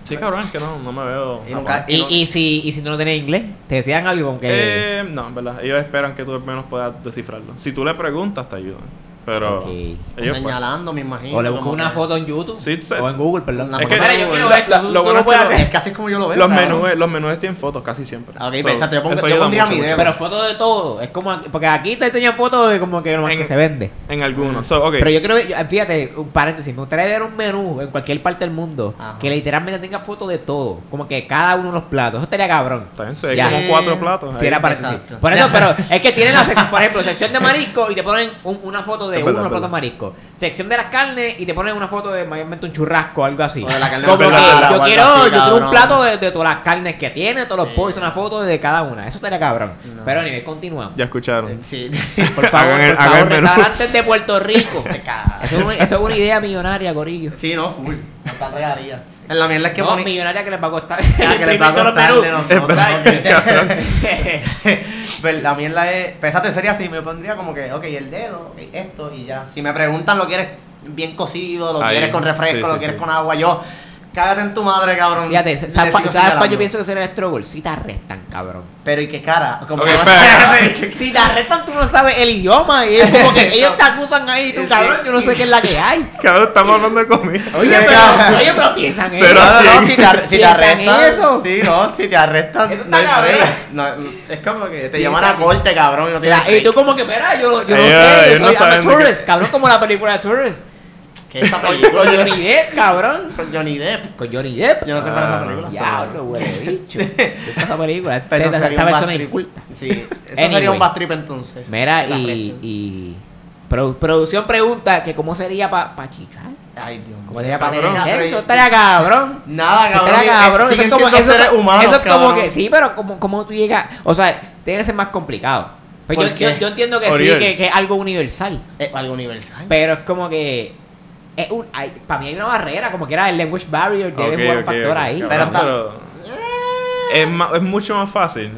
S3: Sí, cabrón, es que no, no me veo.
S2: Y
S3: japonés.
S2: nunca-
S1: y, y, si, y si no tenías inglés, te decían algo como que...
S3: Eh, no, en verdad. Ellos esperan que tú al menos puedas descifrarlo. Si tú le preguntas, te ayudan. Pero.
S1: Ok.
S2: O
S3: Ellos, pues,
S2: señalando, me imagino.
S1: o le buscas
S2: como
S1: una
S2: que-
S1: foto en YouTube.
S3: Sí, tú sabes.
S1: o en Google, perdón.
S2: Una
S3: Es
S2: foto.
S3: que-
S2: Mira,
S1: Mira, yo quiero
S3: la-
S1: esto.
S3: lo
S1: tú
S3: bueno es que
S1: puedes
S3: lo-
S1: hacer.
S2: Es casi como yo lo veo.
S3: los,
S2: cabrón.
S3: menús, los menús tienen fotos casi siempre.
S2: Ok, pues, exacto, yo pongo-
S3: eso
S2: yo
S3: ayuda
S2: pondría
S3: mucho,
S2: mi
S3: mucho.
S2: dedo.
S1: Pero fotos de todo. Es como... Porque aquí te enseñan fotos de como que lo más
S3: En-
S1: que se vende.
S3: En
S2: Mm.
S3: algunos. So, ok.
S1: Pero yo creo que, fíjate, un paréntesis, me gustaría ver un menú en cualquier parte del mundo
S2: Ajá.
S1: que literalmente tenga fotos de todo, como que cada uno de los platos. Eso estaría cabrón.
S3: Está bien, so, hay
S1: Ya.
S3: como cuatro platos.
S1: Si
S3: ahí.
S1: era paréntesis.
S2: Exacto.
S1: Por eso, pero es que tienen la sección, por ejemplo, sección de marisco y te ponen un- una foto de
S3: Es
S1: uno
S3: verdad,
S1: de los platos
S3: verdad.
S1: marisco. Sección de las carnes y te ponen una foto de mayormente un churrasco o algo así.
S2: O de la carne
S1: Como
S2: en
S1: que
S2: verdad, o
S1: yo
S2: algo
S1: quiero,
S2: así,
S1: yo quiero un
S2: cabrón.
S1: plato de, de todas las carnes que tiene, todos los
S2: Sí.
S1: pollos, una foto de cada una. Eso estaría cabrón.
S2: No.
S1: Pero a nivel continuamos.
S3: Ya escucharon.
S2: Eh, Sí.
S1: Por favor,
S3: Hagan el-
S1: por
S3: hagan
S1: favor,
S3: el menú.
S1: restaurantes de Puerto Rico.
S2: Te cagas.
S1: Eso es, una, eso es una idea millonaria, Corillo.
S2: Sí, no, full. Nos dan regalías. En la mierda es que
S1: no,
S2: poni-
S1: millonaria que les va a costar.
S2: Ah, que les va a
S1: imprimir
S2: costar
S1: todos los
S2: de
S1: menús.
S2: nosotros.
S1: Exacto.
S2: Pero la mierda es. pues Pésate sería así, me pondría como que, ok, el dedo, ok, esto y ya. Si me preguntan, lo quieres bien cocido, lo
S3: Ahí.
S2: quieres con
S3: Sí,
S2: refresco,
S3: sí,
S2: lo quieres
S3: sí.
S2: con agua. Yo, cágate en tu madre, cabrón.
S1: Fíjate,
S2: Le
S1: ¿sabes
S2: sigo
S1: cuál yo
S2: señalando.
S1: pienso que será nuestro gol? Si te arrestan, cabrón.
S2: Pero y qué cara. Como
S3: Ok,
S2: que-
S3: espera.
S1: Si te arrestan, tú no sabes el idioma. Y es como que ellos te acusan ahí, tú,
S2: Sí.
S1: cabrón, yo no sé qué es la que hay.
S3: Cabrón, estamos hablando de comida.
S1: Oye, pero, oye, pero piensan eso.
S3: Cero
S2: No,
S3: a
S2: no, no,
S3: cien.
S2: si te, ar- si te
S1: ¿Piensan
S2: arrestan.
S1: eso?
S2: Sí, no, si te arrestan.
S1: Eso está
S2: no hay
S1: cabrón.
S2: break. No, no, es como que te llaman a
S1: Piensan-
S2: corte, cabrón. y No tienes
S1: Claro, Y tú
S2: break.
S1: como que, espera, yo, yo no
S3: Ellos-
S1: sé,
S3: ellos
S1: yo
S3: no
S1: soy I'm a
S3: saben de qué-
S1: tourist, cabrón, como la película de Tourist.
S2: Que esa
S1: Con
S2: película
S1: Johnny Depp, cabrón.
S2: con Johnny Depp.
S1: Con Johnny Depp.
S2: Yo no sé cuál es
S3: Ah,
S2: esa película.
S1: Diablo, güey, bicho. Esta película, esta,
S2: Pero
S1: esta
S2: sería un
S1: persona
S2: bad trip.
S1: inculta.
S2: Sí, eso
S1: Anyway.
S2: sería un bad trip entonces.
S1: Mira,
S2: Que la
S1: y,
S2: arresten.
S1: y produ- producción pregunta que cómo sería para pa chicar.
S2: Ay, Dios mío.
S1: ¿Cómo sería para tener
S3: Cabrón,
S1: sexo? Estaría cabrón.
S2: Nada, cabrón.
S1: Estaría cabrón. Eso es
S2: Siguen
S1: como, eso,
S2: siendo seres humanos,
S1: eso es como
S2: cabrón.
S1: que sí, pero como, como tú llegas. O sea, tiene que ser más complicado. Pues
S2: ¿Por
S1: yo,
S2: qué?
S1: yo- yo entiendo que
S3: Orioles.
S1: sí, que, que es algo universal.
S2: Es Eh, algo universal.
S1: Pero es como que. Es un, hay- para mí hay una barrera, como que era el language barrier, debe
S3: Ok,
S1: jugar un
S3: ok,
S1: factor
S3: ok,
S1: ahí.
S3: cabrón,
S2: Pero
S3: pero es, ma- es mucho más fácil.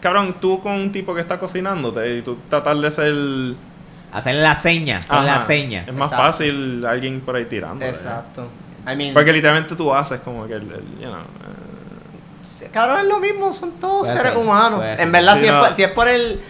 S3: Cabrón, tú con un tipo que está cocinándote y tú tratar de ser.
S1: Hacerle la seña, hacerle la
S3: Ajá,
S1: seña.
S3: Es más
S2: Exacto.
S3: fácil alguien por ahí tirando.
S2: Exacto. I mean,
S3: Porque literalmente tú haces como que el. el, you know,
S2: cabrón, es lo mismo. Son todos
S1: Puede
S2: seres
S1: ser,
S2: humanos.
S1: puede ser.
S2: En verdad,
S3: Sí,
S2: si,
S3: no.
S2: es por, si es por el.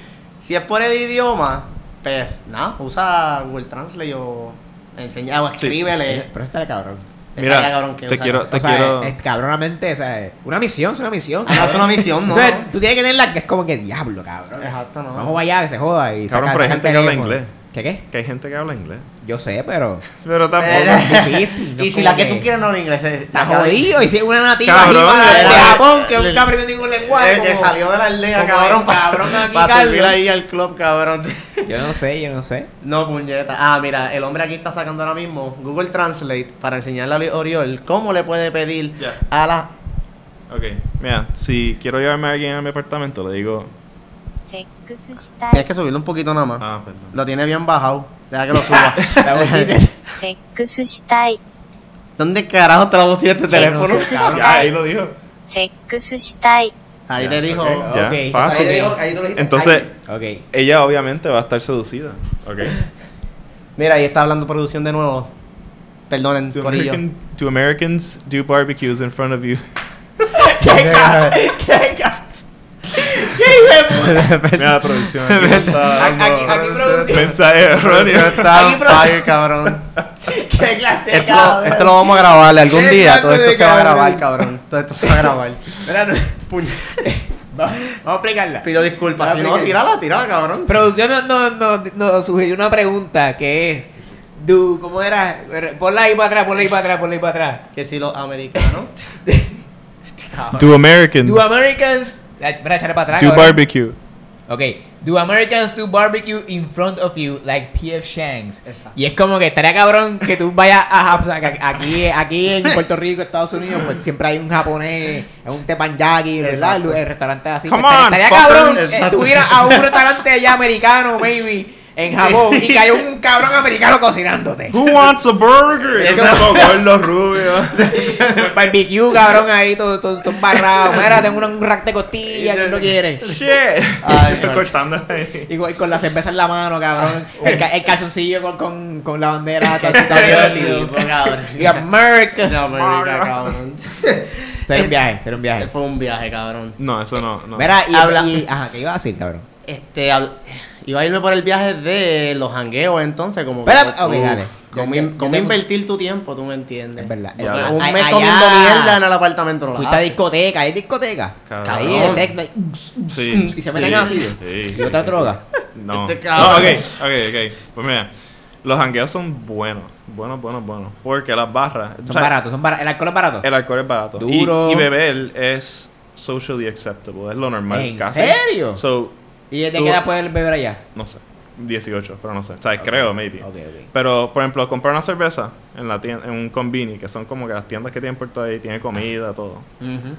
S2: Si es por el idioma, pues nada, usa Google Translate o enseña o escríbele.
S1: Pero eso estaría cabrón.
S3: Eh, Mira,
S2: Estaría cabrón que
S3: te
S2: usa
S3: quiero-
S2: eso.
S3: te
S1: o sea,
S3: quiero-
S1: es, es cabronamente, o sea, es una misión, es una misión.
S2: Ah, no, es una misión, ¿no?
S1: O sea, tú tienes que tenerla que es como que diablo, cabrón.
S2: Exacto, no.
S1: Vamos allá, que se joda. Y
S3: Cabrón,
S1: saca-
S3: pero
S1: saca
S3: hay
S1: el
S3: gente que habla
S1: teléfono.
S3: inglés.
S1: ¿Qué qué?
S3: eh, que hay gente que habla inglés.
S1: Yo sé, pero.
S3: Pero tampoco.
S2: Pero-
S1: Es difícil. no
S2: y
S1: es
S2: si
S1: como
S2: la que tú quieres no habla inglés, eh,
S1: Está
S2: la que habla-
S1: jodido. Y si es una nativa
S3: Cabrón,
S1: jíbara de,
S3: eh,
S1: de
S3: eh,
S1: Japón que
S2: eh,
S1: nunca aprendió ningún lenguaje.
S2: Eh, que
S1: como-
S2: salió de la aldea,
S1: como
S2: cabrón,
S1: el
S2: pa-
S1: cabrón aquí,
S2: pa'
S1: Carlos.
S2: servir ahí al club, cabrón.
S1: Yo no sé, yo no sé.
S2: No, puñeta. Ah, mira, el hombre aquí está sacando ahora mismo Google Translate para enseñarle a Oriol cómo le puede pedir
S3: Ya.
S2: a la...
S3: Ok, mira, si quiero llevarme a alguien a mi apartamento, le digo.
S4: セックスしたい
S2: Tienes que subirlo un poquito nada más.
S3: Ah, perdón.
S2: Lo tiene bien bajado. Deja que lo suba.
S1: La voz dice-
S4: セックスしたい
S2: ¿Dónde carajo traducir este
S1: Sí, no
S2: teléfono?
S1: sé, cabrón.
S3: Ya, ahí lo dijo.
S4: セックスしたい
S2: Ahí
S3: Ya,
S2: te dijo...
S3: ok, ya,
S1: ok,
S3: fácil.
S1: ahí
S2: ahí te lo dijiste.
S3: Entonces,
S2: Ahí.
S1: Ok.
S3: ella obviamente va a estar seducida. Ok.
S2: Mira, ahí está hablando producción de nuevo. Perdonen,
S3: Do,
S2: corillo.
S3: American, do Americans do barbecues in front of you? Mira la producción. Aquí está
S1: Aquí, aquí, aquí producción.
S3: mensaje erróneo.
S2: Está
S1: Aquí,
S2: on fire, cabrón.
S1: Qué clase de
S2: Esto lo,
S1: cabrón.
S2: esto lo vamos a grabar algún
S1: Qué
S2: día. Todo
S1: clase
S2: esto
S1: de
S2: se va a grabar,
S1: cabrón.
S2: cabrón. Todo esto se va a grabar.
S1: Mira, no- Vamos vamos a explicarla.
S2: Pido disculpas.
S1: si no,
S2: tírala, tírala, cabrón.
S1: Producción nos no, no, no, sugirió una pregunta que es. Du, ¿Cómo era? Ponla ahí para atrás, ponla ahí para atrás, ponla ahí para atrás.
S2: Que si los americanos. Este cabrón.
S3: Do Americans
S1: Do Americans. Ay, Mira, echarle para atrás.
S3: do
S1: cabrón.
S3: barbecue?
S1: Ok, do Americans do barbecue in front of you like P.F. Shanks?
S2: Exacto.
S1: Y es como que estaría cabrón que tú vayas a Jap- a- a- aquí, aquí en Puerto Rico, Estados Unidos, pues siempre hay un japonés, un teppanyaki, ¿verdad?
S2: Exacto.
S1: El restaurante así.
S3: Come
S1: Pues,
S3: on,
S1: estaría
S3: fucker.
S1: cabrón
S3: Exacto.
S1: eh, tú ir a un restaurante allá americano, maybe, en Japón, y que hay un cabrón americano cocinándote.
S3: Who wants a burger? Y
S1: como-
S3: ese poco gordo rubio.
S1: Barbecue, cabrón, ahí, todo, todo, todo embarrado. Mira, tengo un, un rack de costillas, ¿quién lo quiere?
S3: Shit.
S2: Ay,
S3: Yo
S2: no.
S3: cortando ahí.
S1: Y con, y con la cerveza en la mano, cabrón. El, ca- el calzoncillo con, con, con la bandera. todo- todo así. Y America.
S2: No, pero mira, cabrón.
S1: Será un viaje, será un viaje.
S2: Fue un viaje, cabrón.
S3: No, eso no. no.
S1: Mira, y,
S2: Habla-
S1: y- Ajá, ¿qué iba a decir, cabrón?
S2: Este, habl- iba a irme por el viaje de los hangueos, entonces, como.
S1: Espérate, ok, dale.
S2: Como,
S1: Ya,
S2: in-
S1: ya,
S2: como
S1: ya tengo-
S2: invertir tu tiempo, tú me entiendes.
S1: Es verdad, es
S2: Porque
S3: verdad.
S2: Un
S1: Ay,
S2: mes
S1: allá-
S2: comiendo mierda en el apartamento, no la
S1: Fuiste a
S2: haces.
S1: discoteca, hay discoteca.
S3: Cabrón.
S1: Ahí, el techno, y-
S3: Sí,
S1: y se
S3: sí,
S1: meten así.
S3: sí,
S1: y otra
S3: sí,
S1: droga.
S3: No.
S2: Este
S3: No, ok,
S2: cabrón.
S3: ok, ok. Pues mira, los hangueos son buenos. Buenos, buenos, buenos. Porque las barras. o
S1: Son
S3: sea,
S1: baratos, son baratos. El alcohol es barato.
S3: El alcohol es barato. Y-
S1: Duro.
S3: Y, beber es socially acceptable. Es lo normal.
S1: ¿En
S3: casi.
S1: serio?
S3: So,
S1: ¿Y desde
S3: tú-
S1: qué edad puedes beber allá?
S3: no sé. 18, pero no sé. O sea, creo, maybe.
S1: Ok, ok.
S3: Pero, por ejemplo, comprar una cerveza en, la tien- en un convini, que son como que las tiendas que tienen por todo ahí, tiene comida,
S1: Ah.
S3: todo.
S2: Ujú.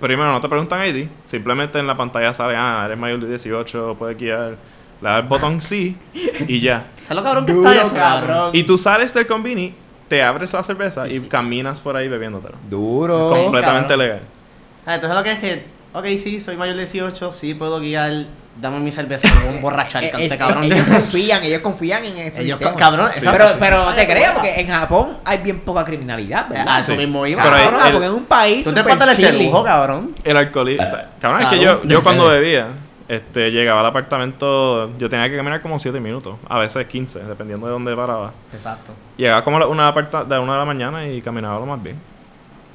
S3: Primero, no te preguntan ID, simplemente en la pantalla sale, ah, eres mayor de 18, puedes guiar, le das el botón sí y ya.
S2: ¿Sabes lo cabrón que
S1: Duro,
S2: está eso, cabrón?
S1: cabrón.
S3: Y tú sales del convini, te abres la cerveza y caminas por ahí bebiéndotela.
S1: Duro.
S3: Completamente
S2: cabrón.
S3: legal.
S2: Ah, entonces lo que es que, ok, sí, soy mayor de 18, sí puedo guiar, dame mi cerveza, me voy a emborrachar,
S1: Eh,
S2: cante,
S1: eh,
S2: cabrón.
S1: Ellos confían, ellos confían en eso.
S2: Ellos co- cabrón,
S3: Sí,
S1: pero,
S3: sí.
S1: pero no
S2: Ay,
S1: te
S2: qué
S1: creas,
S2: buena.
S1: porque en Japón hay bien poca criminalidad, ¿verdad?
S2: Ah, eso
S3: Sí.
S2: mismo iba.
S3: Pero ahí-
S1: Cabrón,
S3: el-
S1: porque es un país.
S2: Tú te
S1: súper
S2: empatas el
S1: chilling.
S2: lujo, cabrón.
S3: El alcoholismo. cabrón, es que yo,
S2: Salud.
S3: yo cuando bebía, este, llegaba al apartamento, yo tenía que caminar como 7 minutos, a veces 15, dependiendo de dónde paraba.
S2: Exacto.
S3: Llegaba como a la una, de la parta- de la una de la mañana y caminaba lo más bien.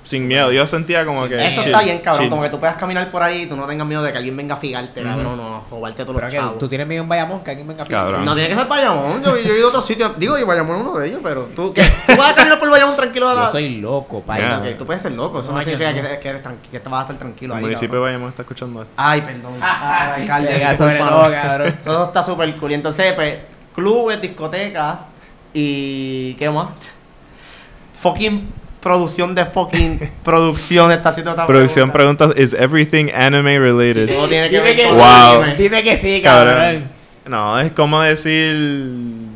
S3: Sin miedo, yo sentía como que.
S2: Eso
S3: chill,
S2: está bien, cabrón.
S3: chill.
S2: Como que tú puedas caminar por ahí y tú no tengas miedo de que alguien venga a figarte,
S3: Ujú.
S2: cabrón, o a robarte todos
S1: Pero
S2: los
S1: que
S2: chavos.
S1: tú tienes miedo en Bayamón, que alguien venga a pillar.
S3: Cabrón.
S2: No tiene que ser Bayamón, yo, yo he ido a otros sitios. Digo, yo Bayamón es uno de ellos, pero tú, ¿qué? tú vas a caminar por Bayamón tranquilo de la.
S1: Yo soy loco, pa'
S3: Ya.
S2: Ok, tú puedes ser loco, eso no,
S1: No,
S2: significa
S1: yo
S2: que,
S1: no.
S2: eres- que, eres tranqui- que te vas a estar tranquilo
S3: El
S2: ahí.
S3: municipio de
S2: cabrón.
S3: Bayamón está escuchando esto.
S2: Ay, perdón. Ay, alcalde,
S1: Llega
S2: disculpa.
S1: sobre todo, cabrón.
S2: Todo está súper cool. Y entonces, pues, clubes, discotecas y. ¿Qué más? Fucking producción de fucking producción está haciendo esta
S3: Producción pregunta: ¿Is everything anime related?
S2: Todo tiene que
S1: Dime
S2: ver
S1: que,
S2: con
S3: Wow.
S2: anime.
S1: dime que sí, cabrón.
S3: cabrón. No, es como decir.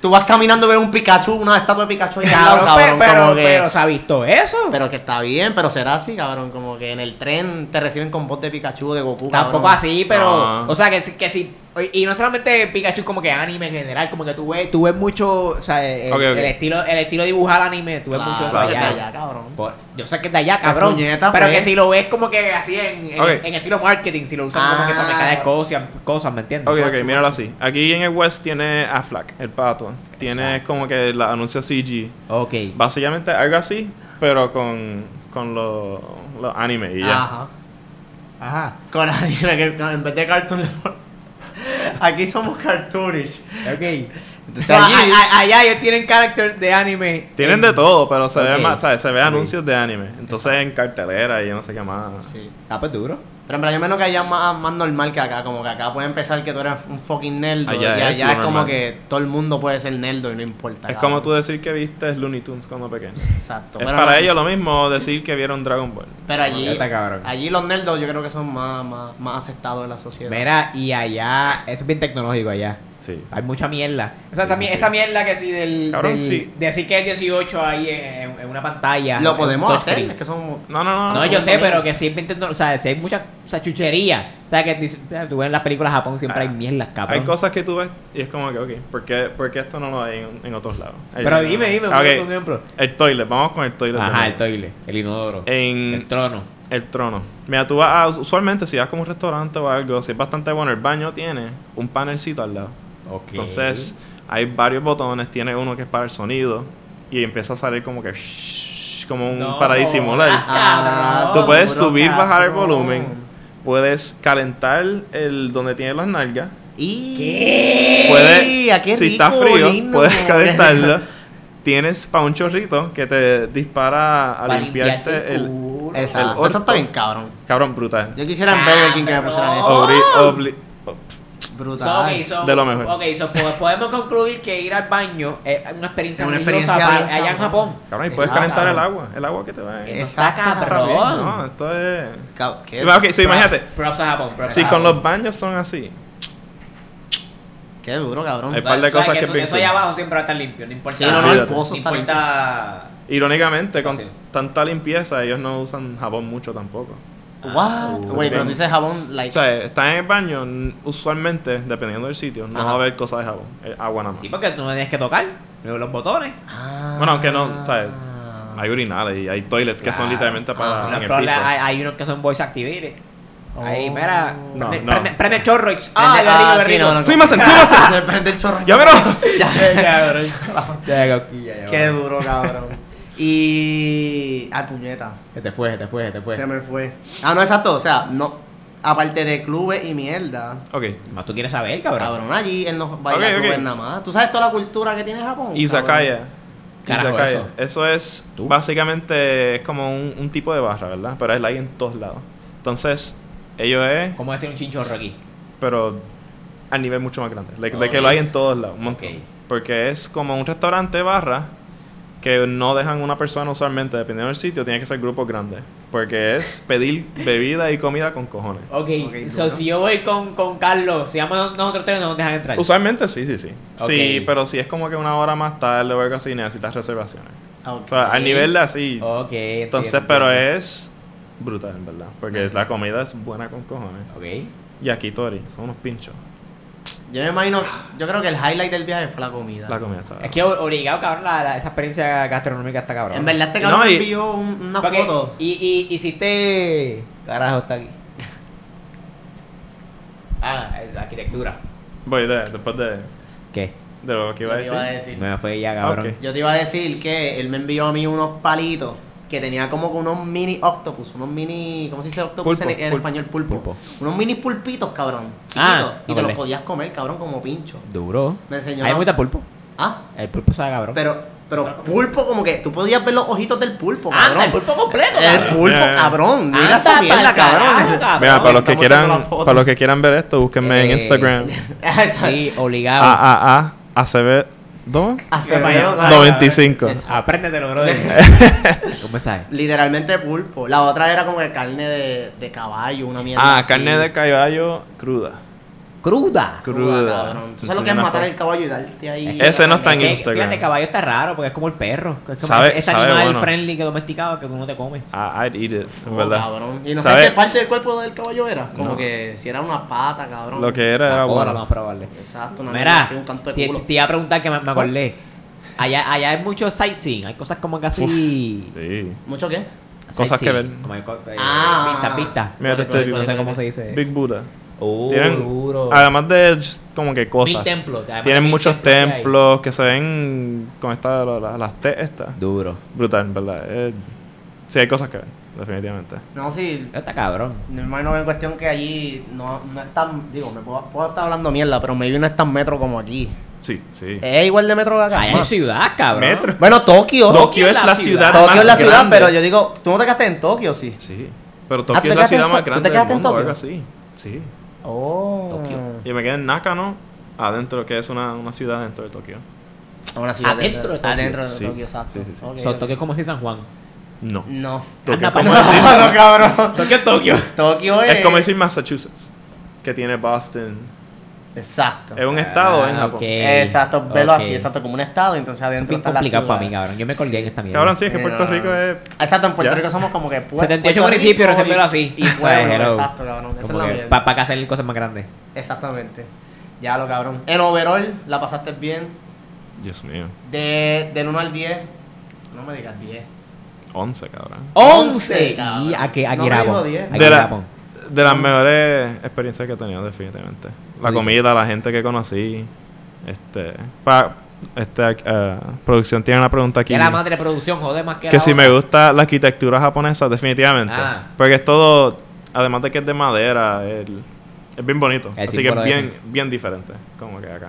S2: Tú vas caminando ves un Pikachu, una estatua de Pikachu ahí al lado,
S1: Cabrón,
S2: cabrón,
S1: pero,
S2: como
S1: pero,
S2: que.
S1: pero se ha visto eso.
S2: pero que está bien, pero será así, cabrón. Como que en el tren te reciben con voz de Pikachu, de Goku.
S1: Tampoco
S2: cabrón.
S1: así, pero.
S3: No.
S1: O sea, que, sí- que sí. Y no solamente Pikachu, como que anime en general. Como que tú ves, tú ves mucho. O sea, el,
S3: Ok, ok.
S1: el estilo, el estilo dibujar anime, tú ves
S2: Claro,
S1: mucho eso
S2: que
S3: claro.
S1: allá.
S2: está allá, cabrón.
S3: Pues,
S1: Por- yo sé que es de allá, cabrón.
S2: puñeta,
S1: pero
S2: pues.
S1: que si lo ves como que así en, en,
S3: Ok.
S1: en estilo marketing, si lo usan como que para
S2: Ah.
S1: mercadear cosas, cosas, ¿me entiendes?
S3: Ok,
S1: Macho,
S3: ok,
S1: macho.
S3: míralo así. Aquí en el West tiene Aflac, el pato. Tiene
S1: Exacto.
S3: como que los anuncios CG.
S1: Ok.
S3: Básicamente algo así, pero con, con los los anime y ya.
S2: Ajá.
S1: Ajá.
S2: Con anime, que con- en vez de cartoon le pon- Aquí somos cartoonish.
S1: Ok.
S2: Entonces,
S1: So,
S2: allí-
S1: a- a- allá ellos tienen characters de anime.
S3: Tienen
S1: en-
S3: de todo, pero se ve
S1: Ok.
S3: más, ¿sabes? Se ve
S1: Ok.
S3: anuncios de anime. Entonces en cartelera y yo no sé qué más.
S2: Sí.
S1: Ah, pues duro.
S2: Pero en verdad yo menos que allá es más, más normal que acá, como que acá puede empezar que tú eres un fucking nerd y
S3: Allá
S2: allá
S3: es
S2: es,
S3: lo normal.
S2: como que todo el mundo puede ser nerd y no importa.
S3: Es
S2: cabrón.
S3: como tú decir que viste Looney Tunes cuando pequeño.
S2: Exacto.
S3: Es
S2: pero
S3: para
S2: no-
S3: ellos lo mismo decir que vieron Dragon Ball.
S2: Pero allí,
S1: Ya está cabrón.
S2: allí los nerdos yo creo que son más, más, más aceptados en la sociedad.
S1: Mira, y allá. Eso es bien tecnológico allá.
S3: Sí.
S1: Hay mucha mierda. O sea,
S3: Sí,
S1: esa,
S3: sí,
S1: mi-
S3: sí.
S1: esa mierda que si del.
S3: Cabrón,
S1: del-
S3: sí.
S1: Decir que es 18 ahí en, en- en una pantalla. en
S2: lo
S1: un
S2: podemos hacer,
S1: touchscreen.
S2: es que son...
S3: No, no, no.
S1: No, yo
S2: no,
S1: sé,
S2: no.
S1: pero que siempre intento, o sea, si hay mucha o sea, chuchería. O sea, que dice- o sea, tú ves en las películas de Japón siempre
S3: Ah,
S1: hay mierdas, cabrón.
S3: Hay cosas que tú ves y es como que, ok, ¿por qué, por qué esto no lo hay en, en otros lados?
S1: Pero
S3: Ahí-
S1: dime, dime,
S3: Ah, ok.
S1: un ejemplo.
S3: El toilet, vamos con el toilet. de
S1: Ajá, el
S3: nuevo.
S1: toile, el inodoro, el
S3: En
S1: trono.
S3: el trono. Mira, tú vas a- usualmente si vas como a un restaurante o algo, si es bastante bueno, el baño tiene un panelcito al lado.
S1: Ok.
S3: Entonces, hay varios botones, tiene uno que es para el sonido y empieza a salir como que shhh, como un
S1: No.
S3: para disimular.
S1: Ah,
S3: Tú puedes
S2: duro,
S3: subir, bajar el
S2: cabrón.
S3: volumen, puedes calentar el donde tiene las nalgas.
S2: Y...
S1: ¿Qué?
S3: Puedes,
S2: ¡Ah, qué
S3: si está
S2: rico,
S3: frío,
S2: lindo!
S3: puedes calentarlo. Tienes para un chorrito que te dispara a
S1: Para
S3: limpiarte,
S1: limpiarte
S3: el,
S1: el culo.
S2: Exacto,
S3: el
S2: eso
S3: orto.
S2: está bien cabrón.
S3: Cabrón, brutal.
S2: Yo quisiera en Burger King que me
S1: Cabrón.
S2: pusieran eso.
S3: Obri- obli-
S2: ¡Oh!
S1: So,
S2: Brutal.
S1: ok, so-
S3: De lo mejor.
S1: ok, so po- podemos concluir que ir al baño es una experiencia
S2: Es una
S1: religiosa
S2: experiencia
S1: pa-
S2: bien
S1: allá en
S2: cabrón.
S1: Japón.
S3: Cabrón, y puedes
S2: Exacto.
S3: calentar el agua. El agua que te va a...
S1: Eso
S2: Eso
S1: está
S2: está
S1: cabrón.
S3: No, esto es... Ah,
S2: Cab- qué-
S3: Ok, so imagínate.
S1: Props a Japón, props
S3: Si
S1: a
S3: con
S1: Japón.
S3: los baños son así,
S2: Qué duro, cabrón.
S3: Hay par de
S1: Tú sabes
S3: cosas que
S1: eso,
S3: pienso.
S1: eso allá abajo siempre va a estar limpio, no importa.
S2: Sí, no, no, el
S3: Olvídate.
S2: pozo
S1: no
S2: está
S1: importa.
S3: irónicamente, con
S1: Fácil.
S3: tanta limpieza, ellos no usan jabón mucho tampoco.
S2: limpio. What?
S1: Ah,
S2: Güey, pero tú
S3: bien.
S2: dices jabón,
S3: O
S2: like...
S3: sea, están en el baño, n- usualmente, dependiendo del sitio, no
S2: Ajá.
S3: va a haber cosas de jabón. eh, Agua nada más.
S1: Sí, porque tú no tienes que tocar los los botones.
S2: Ah.
S3: Bueno, aunque no, ¿sabes? Hay urinales y hay toilets que son
S1: Ah. Claro.
S3: literalmente para
S2: Ah,
S1: Los
S3: en el
S1: probables-
S3: piso.
S1: hay, hay unos que son voice activated. Ahí,
S2: Oh.
S1: mira.
S3: No,
S1: prende,
S3: no.
S1: Prende, prende el chorro y. ¡Ah,
S2: Prende-
S1: el
S2: sí,
S1: berrino,
S2: no, no,
S1: berrino!
S2: no.
S3: ¡Súbase, súbase!
S2: Se prende el chorro.
S3: ¡Ya verás!
S1: Ya, ya, coquilla, ya,
S2: Qué
S1: ya.
S2: duro, cabrón. Y... Ah, puñeta.
S1: Que te fue, que te fue, que te fue.
S2: Se me fue. Ah, no, exacto. O sea, no. Aparte de clubes y mierda.
S3: Ok.
S1: Más tú quieres saber, cabrón.
S2: Cabrón, allí él no baila
S3: Ok, ok.
S2: clubes nada más. ¿Tú sabes toda la cultura que tiene Japón?
S3: Izakaya.
S1: Oh, Carajo,
S3: Izakaya.
S1: eso.
S3: Eso es
S1: Tú.
S3: básicamente es como un, un tipo de barra, ¿verdad? Pero es like en todos lados. Entonces, ellos es,
S1: ¿Cómo decir un chinchorro aquí?
S3: pero a nivel mucho más grande. Like, De
S1: Ok.
S3: que lo hay en todos lados, un montón.
S1: Ok.
S3: Porque es como un restaurante barra que no dejan una persona usualmente, dependiendo del sitio, tiene que ser grupos grandes. Porque es pedir bebida y comida con cojones.
S1: Ok,
S2: Ok,
S1: so,
S2: duro.
S1: si yo voy con, con Carlos, si vamos nosotros tres, no nos dejan entrar.
S3: Usualmente sí, sí, sí.
S1: Ok.
S3: Sí, pero si es como que una hora más tarde o algo así, necesitas reservaciones.
S2: Ah,
S3: O
S2: ok.
S3: sea, al nivel de así.
S1: Ok, entiendo,
S3: Entonces,
S1: entiendo.
S3: pero es brutal, en verdad. Porque la comida es buena con cojones.
S1: Ok.
S3: Yakitori, son unos pinchos.
S2: Yo me imagino... Yo creo que el highlight del viaje fue la comida.
S3: La comida está.
S1: Es que o- obligado, cabrón, la, la- esa experiencia gastronómica está cabrón.
S2: En verdad este
S3: No,
S2: cabrón me
S3: y-
S2: envió un- una
S1: Porque-
S2: foto.
S1: Y, y hiciste. Carajo, está aquí. Ah, la arquitectura.
S3: Voy de- después de,
S1: ¿Qué?
S3: de lo que iba a
S2: Yo te
S3: decir.
S2: iba a decir.
S1: Me fue ya,
S3: Ah,
S1: cabrón.
S3: ok.
S2: Yo te iba a decir que él me envió a mí unos palitos que tenía como que unos mini octopus, unos mini, ¿cómo se dice octopus
S3: Pulpo,
S2: en, en
S3: pulpo.
S2: español? Pulpo.
S1: Pulpo.
S2: Unos mini pulpitos, cabrón. Chiquitos.
S1: Ah,
S2: y te
S1: ok.
S2: los podías comer, cabrón, como pincho.
S1: Duro.
S2: Me enseñó.
S1: Hay
S2: la-
S1: mucha pulpo.
S2: Ah,
S1: El pulpo sabe, cabrón.
S2: pero, pero pulpo como que tú podías ver los ojitos del pulpo,
S1: Anda,
S2: cabrón.
S1: pulpo completo,
S2: El
S1: cabrón.
S2: pulpo,
S3: Eh.
S2: cabrón. Mira
S1: Anda
S2: esa
S1: Ah, pa'l
S2: mierda,
S1: carajo,
S2: cabrón.
S1: cabrón.
S3: Mira, para los que
S2: Estamos haciendo
S3: quieran,
S2: la foto.
S3: para los que quieran ver esto, búsquenme en
S1: Eh,
S3: Instagram.
S1: Sí, obligado.
S3: Ah, AAA ACB 2
S2: Hace
S1: Sí,
S2: medio-
S1: no,
S3: 95.
S1: Apréndetelo, bro. ¿Cómo sabes?
S2: Literalmente pulpo. La otra era como que carne de, de caballo, una mierda.
S3: Ah,
S2: así.
S3: carne de caballo cruda.
S1: Cruda.
S3: Cruda.
S2: cabrón. ¿Tú
S3: Enseñé
S2: sabes lo que es
S3: una
S2: matar
S3: foto.
S2: el caballo y darte ahí?
S3: Ese no está en
S1: Es que,
S3: Instagram.
S1: Fíjate, caballo está raro porque es como el perro. Es como
S3: Sabe-
S1: ese, ese
S3: sabe
S1: animal
S3: bueno.
S1: friendly que domesticado que uno te come.
S3: Ah, I'd eat it, en
S2: Oh,
S3: verdad.
S2: cabrón. Y no
S3: ¿Sabes?
S2: sé qué parte del cuerpo del caballo era. Como
S3: No.
S2: que si era una pata, cabrón.
S3: Lo que era era
S1: Ahora
S3: bueno.
S1: vamos a probarle.
S2: Exacto, una mierda
S1: Mira,
S2: así, un canto de
S1: te,
S2: culo.
S1: te iba a preguntar que me, me acordé. Allá, allá hay mucho sightseeing, hay cosas como casi.
S3: Sí.
S2: ¿Mucho qué?
S3: Cosas que ver.
S1: Como hay co- eh,
S2: Ah. pues,
S1: Vistas, vistas.
S3: Mira, te estoy-
S1: No sé cómo se dice.
S3: Big Buddha.
S2: Uh,
S1: Oh,
S3: Tienen-
S1: duro.
S3: Además de just como que cosas.
S1: templos, además de
S3: Tienen
S1: mil
S3: muchos
S1: templos que hay.
S3: templos que se ven con esta, la- la- las T estas.
S1: Duro.
S3: Brutal, en verdad. Eh, sí, hay cosas que ver, definitivamente.
S2: No, sí.
S1: Está cabrón.
S2: Mi hermano en cuestión que allí no, no es tan. Digo, me puedo, puedo estar hablando mierda, pero maybe no es tan metro como aquí.
S3: Sí, sí.
S2: Es igual de metro que acá.
S1: Allá hay
S2: más.
S1: ciudad, Eh, cabrón.
S3: Metro.
S2: Bueno, Tokio. Tokio,
S3: Tokio es la ciudad, más
S2: es la ciudad,
S3: grande.
S2: pero yo digo, tú no te quedaste en Tokio, sí.
S3: Sí. Pero
S2: ¿tú te
S3: Tokio es la
S2: quedaste en
S3: ciudad
S2: So-
S3: más
S2: tú te
S3: grande del
S2: quedaste en
S3: mundo, o algo
S2: Tokio?
S3: así. Sí.
S2: Oh.
S1: Tokio.
S3: Y me quedé en Nakano, adentro, que es una, una ciudad dentro de Tokio.
S2: A una ciudad
S1: Adentro de Tokio.
S2: Adentro de
S3: Sí,
S2: Tokio, exacto.
S3: sí, sí, sí.
S2: Ok,
S1: So,
S2: ok.
S1: Tokio es como si San Juan.
S3: No.
S2: No.
S3: Tokio
S1: Mm. Anda
S3: es como
S1: pa'l-
S3: decir-
S2: No, cabrón.
S1: Tokio es Tokio.
S2: Tokio es.
S3: es como decir Massachusetts, que tiene Boston.
S2: Exacto.
S3: Es un estado en
S1: Ah,
S3: Japón.
S1: ok.
S2: Exacto, velo
S1: Ok.
S2: así, exacto, como un estado, entonces
S1: Es
S2: adentro
S1: bien
S2: está la
S1: complicado
S2: ciudad.
S1: para mí, cabrón. Yo me colgué en esta mierda.
S3: Cabrón, sí, es que
S2: Sí, no,
S3: Puerto
S2: no,
S3: Rico
S2: no.
S3: es.
S2: Exacto, en Puerto
S3: Ya.
S2: Rico somos como que pue-
S1: 78
S2: Puerto
S1: municipios,
S2: Rico
S1: pero
S2: y-
S1: así.
S2: Y
S1: O sea,
S2: pueblos,
S1: hello.
S2: exacto, cabrón. Esa es la mierda.
S1: Para hacer cosas más grandes.
S2: Exactamente. Ya lo cabrón. En overall, la pasaste bien.
S3: Dios mío.
S2: De, del 1 al 10. No me digas 10.
S3: 11, cabrón.
S2: Once,
S1: Y
S2: cabrón.
S1: aquí, aquí
S2: No me
S1: Rapón.
S2: dijo diez.
S1: Aquí
S3: De la-
S1: Rapón.
S3: De las mejores experiencias que he tenido, definitivamente.
S1: Tú
S3: La
S1: dices.
S3: comida, la gente que conocí. Este. Pa, este eh, producción tiene una pregunta aquí.
S1: Que la madre producción jode más que
S3: que
S1: la
S3: si
S1: otra.
S3: me gusta la arquitectura japonesa, definitivamente.
S1: Ah.
S3: Porque es todo. Además de que es de madera, el- es bien bonito.
S1: El
S3: Así que
S1: símbolo
S3: es bien,
S1: ese.
S3: bien diferente. Como que acá.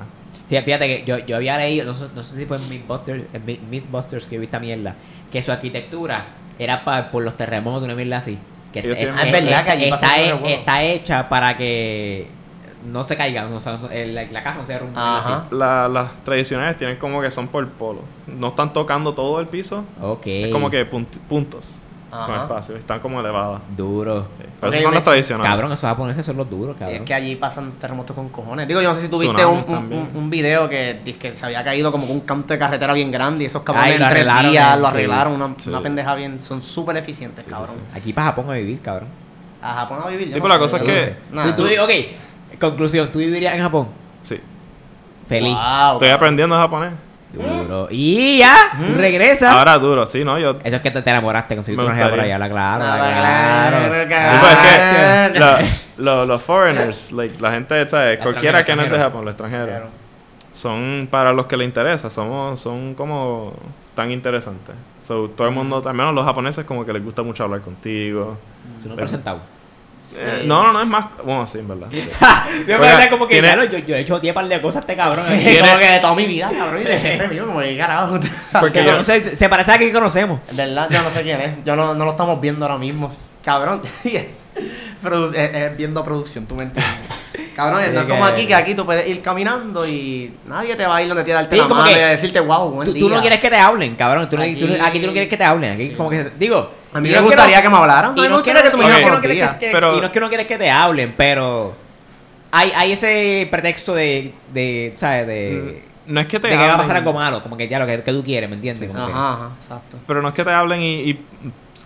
S1: Fíjate, fíjate que yo, yo había leído, no sé, no sé si fue en Mythbusters, en Mi- Mythbusters que vi esta mierda, que su arquitectura era pa- por los terremotos, una mierda así. Que
S3: Ellos
S1: es-
S3: tienen-
S1: es-
S2: Es verdad que allí
S1: está,
S2: pasan
S1: he-
S2: terremotos.
S1: está hecha para que no se caiga, o sea, el- la, la casa no se derrumbe.
S2: Ajá.
S1: así.
S3: La- las tradicionales tienen como que son por polo. No están tocando todo el piso,
S1: Ok.
S3: es como que punt- puntos con
S2: Ajá.
S3: espacio. Están como elevadas.
S1: Duro.
S3: Sí. Pero
S2: Ok,
S3: esas son las
S2: next.
S3: tradicionales.
S1: Cabrón, esos japoneses son los duros, cabrón.
S2: Es que allí pasan terremotos con cojones. Digo, yo no sé si tuviste un,
S3: Tsunamis
S2: un,
S3: también.
S2: un- un video que, dice que se había caído como que un canto de carretera bien grande y esos cabrones
S1: Ay, lo
S2: en tres
S1: arreglaron,
S2: días
S1: eh.
S2: lo
S1: Sí,
S2: arreglaron. Una,
S3: sí.
S2: una pendeja bien. Son súper eficientes, cabrón.
S1: Aquí para Japón a vivir, cabrón.
S2: A Japón a vivir. yo
S3: Sí,
S2: no
S3: pero la
S2: sé,
S3: cosa es
S2: yo no
S3: que-
S2: sé.
S1: Tú-
S2: Nada.
S1: tú vi- ok, conclusión, ¿tú vivirías en Japón?
S3: Sí.
S1: Feliz.
S2: Wow,
S3: Estoy
S2: cabrón.
S3: aprendiendo japonés.
S1: Duro. Y ya, regresa.
S3: Ahora duro, sí, ¿no? Yo...
S1: Eso es que te, te enamoraste, conseguiste
S3: Me
S1: una jeva por
S3: gustaría.
S1: allá, la claro,
S2: Ah,
S1: la claro.
S2: claro, claro.
S3: Sí, pues, es que
S2: Ah.
S3: la- lo- los foreigners, like, la gente, ¿sabes?
S1: La
S3: Cualquiera que no es de
S1: extranjera.
S3: Japón, los extranjeros. Son para los que les interesa, somos, son como tan interesantes. So, todo el mundo, al menos los japoneses, como que les gusta mucho hablar contigo.
S1: Tú no presentado.
S3: Eh, no, no, no es más. Bueno, sí, en verdad.
S1: Eh,
S3: sí.
S1: Yo me
S3: Oiga,
S1: decía como que,
S3: tiene-
S1: ya lo- yo, yo le he hecho 10 par de cosas a este cabrón.
S2: Sí,
S1: eh.
S2: como que de toda mi vida, cabrón, y de jefe mío, como que carajo.
S3: Porque
S1: Se,
S3: yo-
S1: conoce- se parece a quien conocemos.
S2: En verdad, yo no sé quién es. Yo no, no lo estamos viendo ahora mismo. Cabrón, Produ- es, es viendo producción, tú me entiendes. Cabrón, no es
S1: Sí,
S2: como
S1: que-
S2: aquí, que aquí tú puedes ir caminando y nadie te va a ir donde te darte
S1: Sí,
S2: la
S1: como
S2: mano y
S1: que
S2: a decirte, wow, buen
S1: Tú,
S2: día.
S1: tú no quieres que te hablen, cabrón. Tú no- tú no-
S2: Aquí-
S1: aquí, tú no, quieres que te hablen. Aquí
S2: Sí.
S1: como que, digo...
S2: A mí
S1: y
S2: me
S1: no es
S2: gustaría
S1: no-
S2: que me hablaran.
S1: Y no,
S2: quiero
S1: quiero que tú me
S3: digas
S1: no,
S3: buenos
S1: quieres que,
S3: Pero-
S1: y no quiero quieres que te hablen, pero... Hay, hay ese pretexto de, de ¿sabes? De,
S3: No es Mm. que te
S1: de que va a
S3: hablen,
S1: pasar algo malo. Como que ya lo que, que tú quieres, ¿me entiendes? Como que-
S2: Ajá, ajá, exacto.
S3: Pero no es que te hablen y, y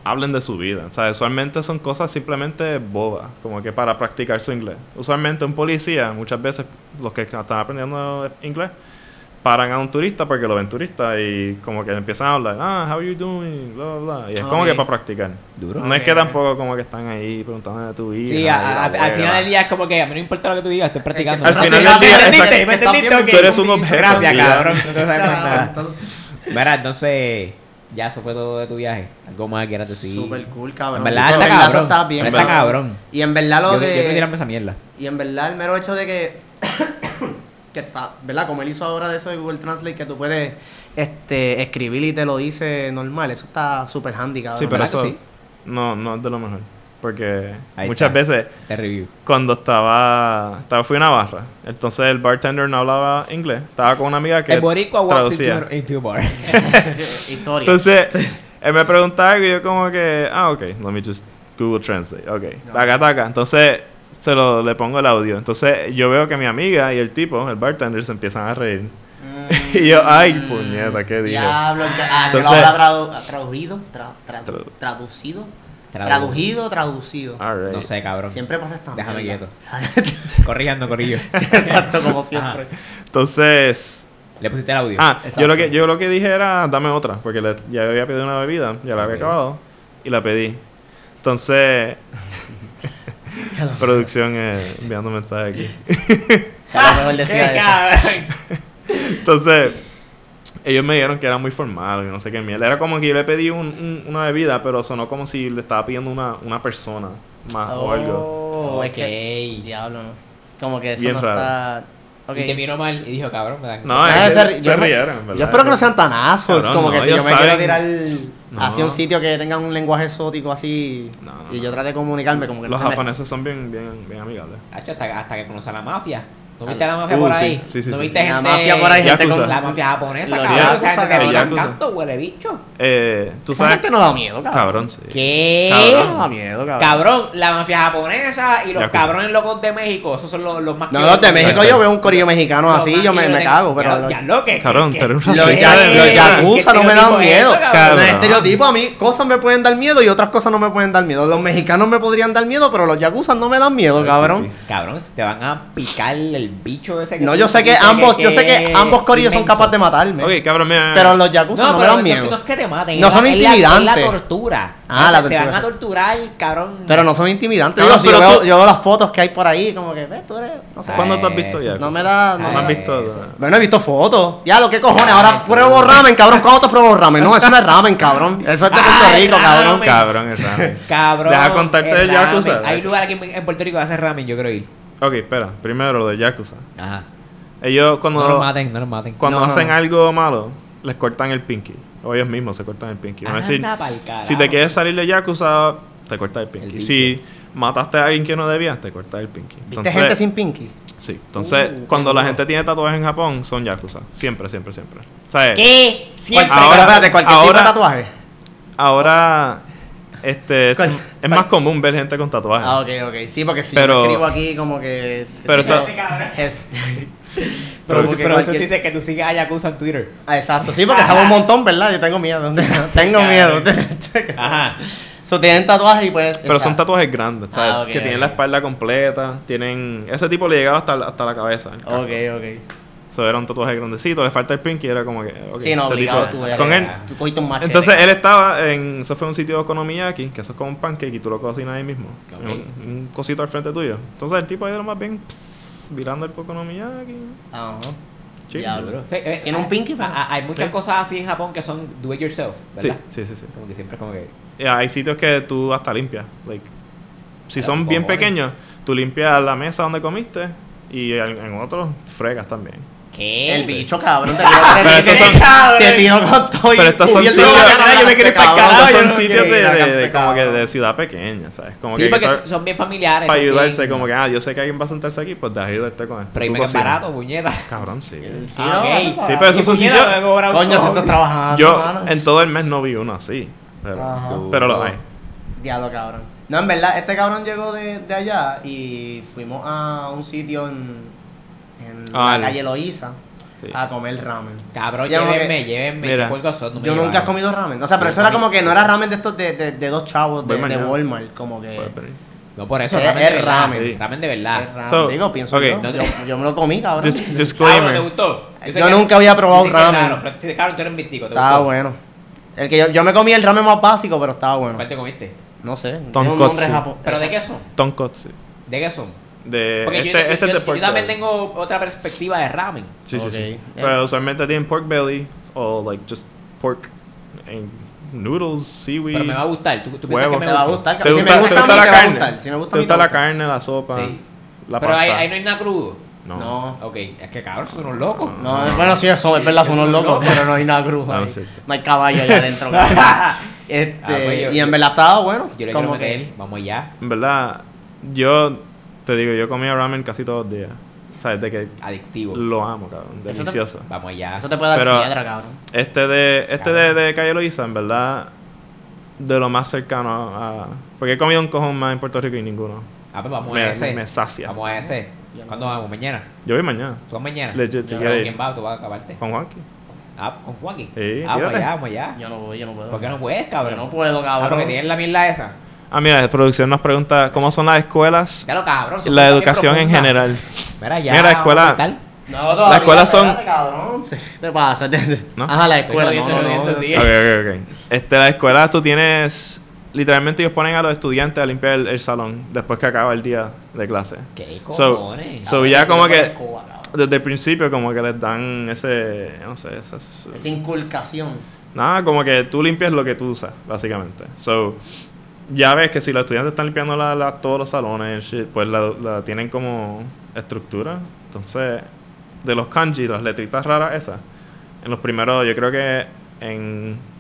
S3: hablen de su vida. O sea, usualmente son cosas simplemente bobas, como que para practicar su inglés. Usualmente un policía, muchas veces los que están aprendiendo inglés, paran a un turista porque lo ven turista y como que empiezan a hablar, ah, how you doing, bla, bla, bla. Y es como
S2: Ok.
S3: que para practicar.
S1: Duro.
S3: No es que
S2: Ok, ok.
S3: tampoco como que están ahí preguntando de tu vida.
S1: Sí,
S3: y
S1: a-
S3: la
S1: a- al
S3: abuela.
S1: final del día es como que a mí no importa lo que tú digas, estoy practicando.
S3: Al
S1: No,
S3: final
S1: sí,
S3: del día,
S1: ¿Me entendiste?
S2: exacto.
S1: ¿Me entendiste?
S2: También
S1: Ok.
S3: Tú eres un objeto.
S1: Gracias,
S3: ya.
S1: cabrón. No te sabes más
S2: Carajo,
S1: nada.
S2: entonces,
S1: Mira, entonces, ya eso fue todo de tu viaje. ¿Algo más quieras decir?
S2: Súper cool, cabrón.
S1: En verdad
S2: En
S1: está
S2: verdad, eso
S1: cabrón.
S2: está bien,
S1: En verdad está
S2: cabrón.
S1: cabrón.
S2: Y en verdad lo
S1: Yo, yo
S2: de...
S1: quiero tirarme esa mierda.
S2: Y en verdad, el mero hecho de que. que está, ¿verdad? Como él hizo ahora de eso de Google Translate, que tú puedes este, escribir y te lo dice normal. Eso está súper handy, cabrón.
S3: Sí, pero
S1: ¿Verdad
S3: eso
S1: que sí?
S3: no, no es de lo mejor. Porque
S1: Ahí
S3: muchas
S1: está.
S3: veces
S1: Te review.
S3: cuando estaba, estaba fui a una barra. Entonces el bartender no hablaba inglés. Estaba con una amiga que
S1: El boricua walks into,
S3: traducía.
S1: your- into your bar.
S2: Historia.
S3: Entonces él me preguntaba algo y yo como que, ah, ok, let me just Google Translate, ok, taca, taca. Entonces se lo le pongo el audio. Entonces yo veo que mi amiga y el tipo, el bartender, se empiezan a reír.
S2: Mm,
S3: y yo, ay, puñeta, ¿qué dije?
S2: Diablo, que- ah, que lo
S3: Entonces-
S2: habrá tradu- traducido, tra- tra-
S3: Tradu- Ah,
S2: traducido,
S1: Tradu-
S2: traducido, traducido.
S3: Alright.
S1: No sé, cabrón.
S2: Siempre pasa esta
S1: Déjame
S2: mierda.
S1: quieto.
S2: ¿Sabes?
S1: Corrigiendo, corrillo.
S2: Exacto, como siempre.
S3: Entonces
S1: Le pusiste el audio.
S3: Ah,
S2: Exacto.
S3: yo lo, que, yo lo que dije era, dame otra, porque le- ya había pedido una bebida, ya la había
S1: Ok.
S3: acabado, y la pedí. Entonces, producción eh, enviando mensajes aquí.
S2: A lo mejor decía
S1: ¡Qué
S2: eso.
S1: cabrón!
S3: Entonces, ellos me dijeron que era muy formal, y no sé qué mierda. Era como que yo le pedí un- un- una bebida, pero sonó como si le estaba pidiendo una, una persona más o algo.
S2: Oh, es que-
S1: Ok.
S2: Diablo, no. Como que eso
S3: Bien
S2: no
S3: raro.
S2: está. Ok.
S1: Y te miró mal y dijo, cabrón, me dan.
S3: No,
S2: Ah,
S3: es
S2: se
S3: que se,
S2: ri- yo me-
S3: rieron, en ¿verdad?
S2: Yo espero que no sean tan ascos.
S3: Cabrón,
S2: como que
S3: no,
S2: si yo me
S3: ellos saben.
S2: quiero tirar
S3: No.
S2: hacia un sitio que tenga un lenguaje exótico así.
S3: No, no,
S2: y
S3: no.
S2: yo trate de comunicarme como que
S3: Los
S2: no se me-
S3: japoneses son bien, bien, bien amigables.
S1: Hacho, hasta, hasta que conoce a la mafia. ¿No viste a la mafia
S3: Uh,
S1: por
S3: sí,
S1: ahí?
S3: sí, sí,
S1: ¿No
S3: sí.
S1: viste
S2: La
S1: gente
S2: mafia por ahí, gente
S3: Yakuza.
S2: con.
S1: La mafia japonesa,
S2: Los
S1: cabrón.
S2: yakuza,
S1: Esa gente te
S3: cabrón.
S1: matan
S3: Yakuza.
S1: tanto, huele bicho.
S3: Eh, Tú
S2: Esa
S3: sabes...
S2: gente no da miedo, cabrón.
S3: Cabrón, sí.
S1: ¿Qué?
S2: Cabrón, no da miedo, cabrón.
S1: Cabrón, la mafia japonesa y los
S3: Yakuza.
S1: cabrones locos de México, esos son los, los más
S2: No, los de México
S3: Exacto.
S2: yo veo un corillo mexicano
S1: Los
S2: así,
S1: más
S2: yo me,
S1: que
S2: me
S1: le-
S2: cago, pero.
S1: Ya,
S2: los-
S1: ya lo que.
S3: Cabrón,
S1: que-
S3: tú eres una
S2: Los,
S3: Sí,
S2: ya-
S3: cabrón.
S2: los
S1: ¿Qué
S2: yakuza no me dan
S1: estereotipo es
S2: miedo.
S1: eso,
S2: Los
S3: Cabrón.
S1: Este
S2: estereotipos a mí, cosas me pueden dar miedo y otras cosas no me pueden dar miedo. Los mexicanos me podrían dar miedo, pero los yakuza no me dan miedo,
S3: Este
S2: cabrón.
S1: Cabrón, si te van a picar el bicho ese que
S2: No,
S1: tú
S2: yo sé que
S1: dices
S2: ambos, yo sé que
S1: es
S2: ambos corillos son
S1: inmenso.
S2: capaces de matarme.
S3: Ok, cabrón, mira, mira,
S2: Pero
S3: mira.
S2: los yakuza no,
S1: No,
S2: me
S1: pero
S2: dan
S1: no,
S2: miedo.
S1: no es que te maten.
S2: No
S1: es
S2: son
S1: la- es la- Es
S2: intimidantes.
S1: la tortura.
S2: Ah, la
S1: Te van
S2: tortura.
S1: a torturar, cabrón.
S2: Pero no son intimidantes.
S3: Cabrón,
S2: Digo, si yo,
S3: pero
S2: veo,
S3: tú-
S2: yo veo las fotos que hay por ahí, como que, ves, tú eres, no sé.
S1: Ah,
S3: ¿Cuándo tú has visto
S1: eso.
S3: ya?
S2: Eh, No me da- no
S3: me has
S1: me-
S3: visto.
S2: Bueno, he visto fotos. Ya, lo que cojones,
S1: Ay,
S2: ahora pruebo
S1: tú.
S2: ramen, cabrón. ¿Cuándo te pruebo ramen? No, eso no es ramen, cabrón. Eso es de Puerto
S1: Ay,
S2: Rico, cabrón.
S1: ramen.
S3: Cabrón, el ramen.
S1: Cabrón.
S3: Deja contarte
S1: el
S3: del Yakuza.
S1: ramen. Hay lugar aquí en- en Puerto Rico que hace ramen, yo creo ir.
S3: ok, espera. Primero lo de Yakuza.
S1: Ajá.
S3: Ellos
S1: No,
S3: cuando,
S1: los maten, no los maten.
S3: cuando
S2: No, no,
S3: hacen
S2: no.
S3: algo malo, les cortan el pinky. O ellos mismos se cortan el pinky. Van a
S2: Ah,
S1: Anda
S3: decir,
S1: pa'l carajo.
S3: si te quieres salir de Yakuza, te cortas el pinky.
S1: pinky.
S3: si mataste a alguien que no debías, te cortas el pinky.
S2: ¿Viste gente sin pinky?
S3: Sí. Entonces,
S2: Uh,
S3: cuando
S2: qué
S3: la
S2: duro.
S3: gente tiene tatuajes en Japón, son yakuza. Siempre, siempre, siempre. O sea,
S1: ¿Qué? Siempre.
S2: Cualquier-
S3: Ahora-
S2: espérate, cualquier tipo
S3: ahora-
S2: de tatuaje.
S3: ahora este es,
S2: ¿Cuál?
S3: es más común ver gente con tatuajes.
S2: Ah, ok, ok. Sí, porque si
S3: Pero-
S2: yo escribo aquí como que...
S3: Pero está-
S2: Es- este
S1: Pero,
S2: como que
S1: pero eso
S2: cualquier-
S1: dice que tú sigues a Yakuza en Twitter.
S2: Ah, exacto, sí, porque somos un montón, ¿verdad? Yo tengo miedo. tengo miedo.
S1: Ajá.
S2: so, tienen tatuajes y pues...
S3: Pero
S2: o sea,
S3: son tatuajes grandes, ¿sabes?
S2: Ah, ok,
S3: que tienen
S2: ok.
S3: la espalda completa, tienen... Ese tipo le llegaba hasta, la- hasta la cabeza. el casco.
S2: Ok, ok.
S3: So, era un tatuaje grandecito, le falta el pinky, era como que... ok,
S2: sí, no,
S3: este
S2: obligado
S3: tipo-
S2: tú. ya
S3: Con
S2: que-
S3: él...
S2: Tú cogiste un machete.
S3: Entonces eh, él estaba en... Eso fue un sitio de economía aquí, que eso es como un pancake y tú lo cocinas ahí mismo.
S1: Ok.
S3: En Un, un cosito al frente tuyo. Entonces el tipo ahí era más bien... pss, virando el economía aquí.
S2: Ajá.
S3: Chill.
S2: Diablo.
S1: Sí, eh,
S2: Ah, Tiene un pinky, pero-
S1: ah, ah, Hay muchas
S3: Sí.
S1: cosas así en Japón que son do it yourself,
S3: Sí,
S1: ¿verdad?
S3: sí, sí, sí.
S1: Como que siempre es como que.
S3: Y Eh, hay sitios que tú hasta limpias. Like, si
S1: Ah,
S3: son bien
S1: cojones.
S3: pequeños, tú limpias la mesa donde comiste y en, en otros fregas también.
S1: ¿Qué?
S2: El bicho, cabrón, te tiró
S3: estos son-
S2: Te tiró con todo y
S3: Pero estos son
S2: cubierto de
S3: sitios-
S2: la cara,
S1: yo me quiero ir pa'l
S2: cabrón.
S1: carajo,
S3: Estos
S1: yo
S3: son
S1: no
S3: sitios
S2: quiero
S3: de,
S2: ir a
S3: de-
S2: campo,
S3: de- como que
S2: cabrón.
S3: de ciudad pequeña, ¿sabes? Como
S1: Sí,
S3: que
S1: porque
S3: para,
S1: son bien familiares.
S3: para
S1: también.
S3: ayudarse, como que, ah, yo sé que alguien va a sentarse aquí, pues deja ayudarte con esto.
S1: Pero ahí
S3: Tú
S1: me quedan
S3: cocinas.
S1: barato, puñeta.
S3: Cabrón, sí.
S2: Sí,
S1: Ah,
S2: no,
S1: ok.
S3: Sí, pero esos son
S1: Puñeta,
S3: sitios-
S1: me voy a cobrar un Ah,
S2: Coño, si
S1: cojo.
S2: estás trabajando.
S3: Yo
S2: mano.
S3: en todo el mes no vi uno así.
S2: Ajá.
S3: Pero, pero lo hay.
S2: Diablo, cabrón. No, en verdad, este cabrón llegó de, de allá y fuimos a un sitio en, en
S3: Ah, el-
S2: la calle Loíza
S3: Sí.
S1: Ah,
S2: a comer ramen.
S1: Cabrón,
S2: Yo como que-
S1: llévenme, llévenme.
S3: Mira,
S1: qué puerco son, no me
S2: Yo nunca he
S1: llevaron.
S2: comido ramen. O sea, pero
S1: Yo
S2: eso era
S1: comí-
S2: como que no era ramen de estos de, de, de dos chavos de,
S3: Voy
S2: de
S3: mañana.
S2: Walmart, como
S1: eh.
S2: que.
S3: Puedes venir.
S1: No, por eso,
S2: Es-
S1: ramen
S2: es
S1: de verdad.
S2: ramen.
S1: Sí. Ramen de
S2: es
S1: verdad.
S2: ramen.
S3: So,
S2: Digo, pienso
S3: ok.
S2: yo. yo. yo me lo comí, cabrón.
S1: eh. Ah,
S3: Dis-
S1: Cabrón, ¿te
S3: disclaimer.
S1: gustó?
S2: Yo
S1: sé que-
S2: nunca había probado
S1: yo sé que es
S2: ramen.
S1: raro, pero sí, cabrón, tú eres místico, ¿te
S2: Estaba
S1: gustó?
S2: bueno. El que yo, yo me comí el ramen más básico, pero estaba bueno.
S1: ¿Cuál te comiste?
S2: No sé. tiene un nombre
S3: Tonkotsu.
S2: japonés.
S1: ¿Pero de qué son?
S3: Tonkotsu.
S1: ¿De qué son?
S3: De,
S1: Porque
S3: este
S1: yo, yo-
S3: este es
S1: yo-
S3: de
S1: yo
S3: pork
S1: también
S3: belly.
S1: tengo otra perspectiva de ramen.
S3: Sí, sí, sí.
S2: Ok.
S3: Pero usualmente tienen pork belly o like just pork and noodles, seaweed.
S1: Pero me va a gustar. ¿Tú, tú piensas
S3: Huevo.
S1: que me
S2: Te va a
S1: gusta?
S2: gustar.
S3: ¿Te
S2: Si
S3: gusta,
S2: me
S3: te
S2: gusta a
S3: gusta
S2: mí,
S3: la
S2: te va a
S3: carne?
S2: gustar. Si me gusta a
S3: ¿Te
S2: mí,
S3: gusta
S2: te
S3: la
S2: gusta.
S3: carne, la sopa,
S1: Sí.
S3: la
S1: Pero
S3: pasta?
S1: ahí, ahí no hay nada crudo.
S3: No.
S2: No.
S1: Ok, es que cabrón, son unos locos.
S2: No, bueno, sí, eso es verdad, son unos locos, pero no hay nada cruz.
S3: No, no
S2: ahí.
S3: es cierto.
S2: No hay caballo ahí adentro. este,
S1: Ah, pues yo-
S2: y en verdad estaba bueno.
S1: Yo le quiero
S2: como
S1: meter,
S2: que.
S1: vamos allá.
S3: En verdad, yo te digo, yo comía ramen casi todos los días. ¿Sabes? De que
S1: Adictivo.
S3: lo amo, cabrón.
S2: Eso te-
S3: Delicioso.
S1: Vamos allá.
S2: Eso te puede dar
S3: Pero-
S2: piedra, cabrón.
S3: Este de este de, de Calle Loiza, en verdad, de lo más cercano a... Porque he comido un cojón más en Puerto Rico y ninguno.
S1: Ah, pues vamos a
S3: Me,
S1: ese.
S3: me sacia.
S1: Vamos a ese.
S2: Yo no.
S1: ¿Cuándo vamos? ¿Mañana?
S3: Yo voy mañana.
S1: ¿Tú vas mañana?
S3: Legit, si
S1: ¿Con
S3: quieres.
S1: quién vas? ¿Tú vas a acabarte?
S3: Con Juanqui.
S1: Ah, con Joaquín.
S3: Sí,
S1: ah, vamos
S3: tírate.
S1: allá, vamos allá.
S2: Yo no voy, yo no puedo.
S1: ¿Por qué no puedes,
S2: Yo
S1: cabrón?
S2: no puedo,
S1: Ah, porque
S2: cabrón.
S1: tienen la mierda esa.
S3: Ah, mira, la producción nos pregunta cómo son las escuelas
S1: Ya lo cabrón. son
S3: La
S1: cosas bien
S3: educación en
S1: profundas.
S3: general.
S1: Mira, ya.
S3: Mira, escuela-
S1: vamos a cortar.
S2: No, todavía,
S3: escuelas son-
S2: espérate, cabrón. Te pasa. te-
S3: ¿No?
S2: Ajá, la escuela.
S1: Estoy
S2: No, no,
S1: jodiendo,
S2: no.
S1: estoy
S3: Ok,
S1: jodiendo, sí.
S3: ok, ok. Este, la escuela tú tienes... Literalmente ellos ponen a los estudiantes a limpiar el, el salón después que acaba el día de clase.
S1: ¿Qué
S3: So-
S1: cojones?
S3: so ya como que-
S2: Escoba, cabrón.
S3: Desde el principio como que les dan ese... No sé, ese... ese-
S2: Es inculcación.
S3: nada, como que tú limpias lo que tú usas, básicamente. So, ya ves que si los estudiantes están limpiando la- la- todos los salones, shit, pues la, la tienen como estructura. Entonces, de los kanji, las letritas raras esas, en los primeros, yo creo que en...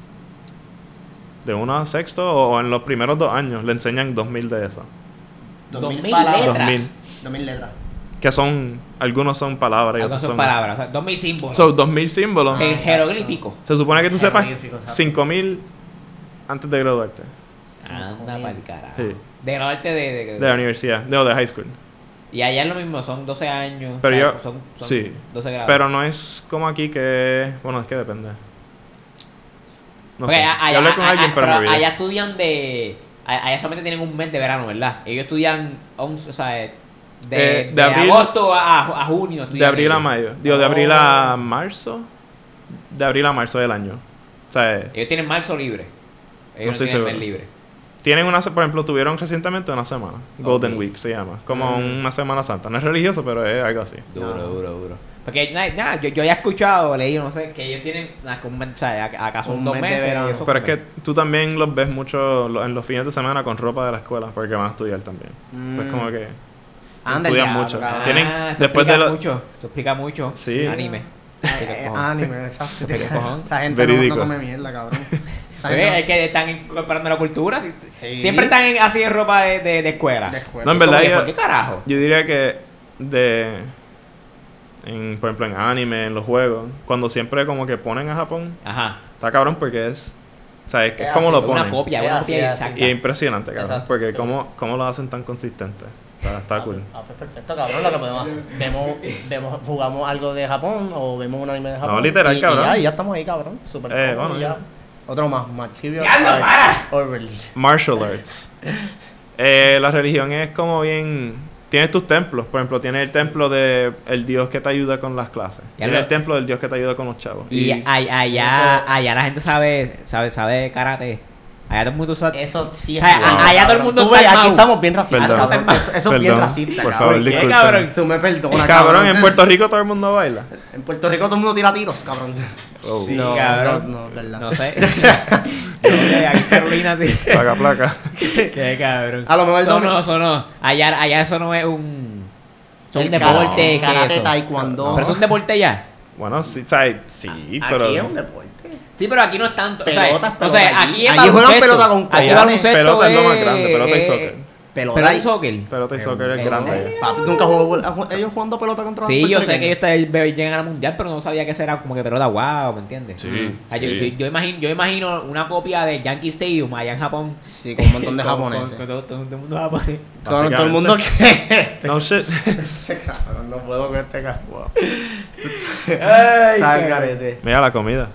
S3: De uno a sexto o o en los primeros dos años le enseñan dos mil de esas.
S2: Dos
S1: Dos
S2: mil
S1: mil
S2: palabras.
S1: letras.
S3: Dos mil.
S2: Dos mil letras.
S3: Que son, algunos son palabras y
S1: Algunas
S3: otros
S1: Ah, son
S3: son...
S1: palabras. O sea, dos mil símbolos.
S3: So, dos mil símbolos.
S1: en jeroglífico.
S3: Se supone que tú sepas
S2: Jeroglífico, exacto.
S3: cinco mil antes de graduarte.
S2: Ah,
S1: Anda pa'l carajo.
S3: Sí.
S1: De graduarte de, de,
S3: De la universidad, no, de high school.
S1: Y allá es lo mismo, son 12 años.
S3: Pero yo-
S1: son, son
S3: sí.
S1: 12 grados.
S3: Pero no es como aquí que. Bueno, es que depende. No
S1: Porque
S3: sé.
S1: a- allá,
S3: Yo hablé con
S1: a- a-
S3: alguien, pero me
S1: pero
S3: olvidé.
S1: allá estudian de. a- Allá solamente tienen un mes de verano, ¿verdad? Ellos estudian 11, o sea, de,
S3: Eh, de
S1: de
S3: abril-
S1: agosto a, a junio.
S3: De
S1: estudian
S3: abril a
S1: ellos.
S3: mayo. Digo, de
S1: Oh.
S3: abril a marzo. De abril a marzo del año. O sea,
S1: Ellos tienen marzo libre. Ellos no,
S3: estoy
S1: tienen
S3: seguro.
S1: mes libre.
S3: tienen una. se- Por ejemplo, tuvieron recientemente una semana. Golden
S1: Ok.
S3: Week se llama. Como
S2: Mm.
S3: una semana santa. No es religioso, pero es algo así.
S1: Duro,
S2: No.
S1: duro, duro. Porque nada, nada, yo, yo había escuchado, leído, no sé, que ellos tienen nada, que un mes, o sea, a- acaso
S2: Un
S1: un dos
S2: mes de
S1: meses.
S2: verano.
S1: y eso-
S3: Pero es que tú también los ves mucho lo- en los fines de semana con ropa de la escuela porque van a estudiar también. O sea, es como
S2: Mm.
S3: que.
S2: Anda el
S3: estudian
S2: diablo,
S3: mucho.
S2: cabrón.
S3: Tienen-
S1: Ah, eso
S3: después de
S1: explica
S3: lo-
S1: mucho, eso explica mucho.
S3: Sí.
S1: Anime.
S2: Eh, eh, anime, exacto.
S1: ¿Qué cojón?
S2: Esa gente no-
S3: Verídico.
S2: no come mierda, cabrón. Esa
S1: Ve,
S2: gente
S1: Pues, Es que están incorporando la cultura. si- si-
S2: Eh, Sí.
S1: Siempre están en- así en ropa de, de, de escuela.
S2: no- de escuela.
S3: No, en
S1: Como
S3: verdad,
S1: que,
S3: yo-
S1: ¿Por qué carajo?
S3: Yo diría que de. En, por ejemplo, en anime, en los juegos. Cuando siempre como que ponen a Japón,
S1: Ajá.
S3: está cabrón porque es. O sea, es, que es
S2: Es
S3: como
S2: así,
S3: lo
S2: una
S3: ponen.
S1: Una copia, una
S2: Es así,
S1: copia
S2: es así.
S1: exacta.
S3: Y es impresionante, cabrón.
S2: Exacto.
S3: Porque cómo, cómo lo hacen tan consistente. Está, está
S2: Ah,
S3: cool.
S2: Ah, pues perfecto, cabrón, lo que podemos hacer. Vemos, vemos, jugamos algo de Japón o vemos un anime de Japón.
S3: literal,
S2: y,
S3: cabrón.
S2: Y ya, y ya estamos ahí, cabrón. Super
S3: Eh,
S2: cómodo,
S3: bueno,
S2: ya. Otro más, Marchivio.
S1: ¡Ya no,
S3: Martial arts. Eh, la religión es como bien. Tienes tus templos, por ejemplo, tienes el templo de el dios que te ayuda con las clases.
S1: Ya
S3: Tienes
S1: lo-
S3: el templo del dios que te ayuda con los chavos.
S1: Y ay- allá, allá la gente sabe, sabe, sabe karate. Allá todo el mundo sabe.
S2: Eso sí es.
S1: Ah,
S2: racista,
S1: allá todo el
S2: cabrón.
S1: mundo
S2: Tú ves,
S1: está
S2: aquí
S1: armado.
S2: estamos bien racistas,
S3: Perdón.
S2: cabrón. ah, Eso, eso es bien
S3: Perdón,
S2: racista,
S3: por
S2: cabrón.
S3: favor,
S1: ¿Qué,
S3: disculpen.
S1: cabrón?
S2: Tú me
S3: Y,
S2: perdonas.
S3: cabrón, en Puerto Rico todo el mundo baila.
S2: En Puerto Rico todo el mundo tira tiros, cabrón.
S3: Oh,
S1: Sí, cabrón.
S2: No, no, verdad.
S1: No sé. No sé, aquí en Carolina sí.
S3: Placa, placa.
S1: Qué cabrón.
S2: A lo mejor
S1: eso
S2: domi-
S1: no, eso no. Allá, allá eso no es un. Es un
S2: El
S1: deporte.
S2: karate,
S1: que
S2: karate,
S1: eso.
S2: taekwondo.
S1: Pero es un deporte ya.
S3: Bueno, sí, o sea, sí, pero.
S2: Aquí es un deporte.
S1: Sí, pero aquí no es tanto.
S2: Pelotas,
S1: o sea, o sea,
S2: pelotas allí.
S1: aquí es
S2: Allí
S1: baloncesto.
S2: juegan pelota con
S1: Aquí
S2: cojones.
S1: baloncesto
S3: Pelota es lo más
S1: es-
S3: grande, pelota y
S1: es-
S3: soccer.
S1: Eh, Pelota
S2: Pelota.
S1: y
S2: y-
S1: soccer. Eh,
S3: Pelota y soccer es
S1: ¿En
S3: grande.
S1: serio?
S2: Papi, nunca jugó. jugó- Ellos jugando pelota contra los
S1: Sí, yo sé
S2: puertorriqueños.
S1: que ellos te- be- llegan al mundial, pero no sabía que eso era como que pelota guau, ¿me entiendes?
S3: Sí,
S1: Ah, yo-
S3: sí.
S1: sí, Yo, imagino, yo imagino una copia de Yankee Stadium allá en Japón.
S2: Sí, con un montón de
S1: Con-
S2: japoneses.
S1: Con, con todo, todo- todo el mundo japonés.
S2: Cabrón, todo el mundo que.
S3: No shit.
S2: Este cabrón, no puedo con este cabrón.
S1: Ay,
S2: Está
S1: cabrón.
S2: carete.
S3: Mira la comida.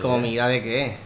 S2: ¿Comida de qué?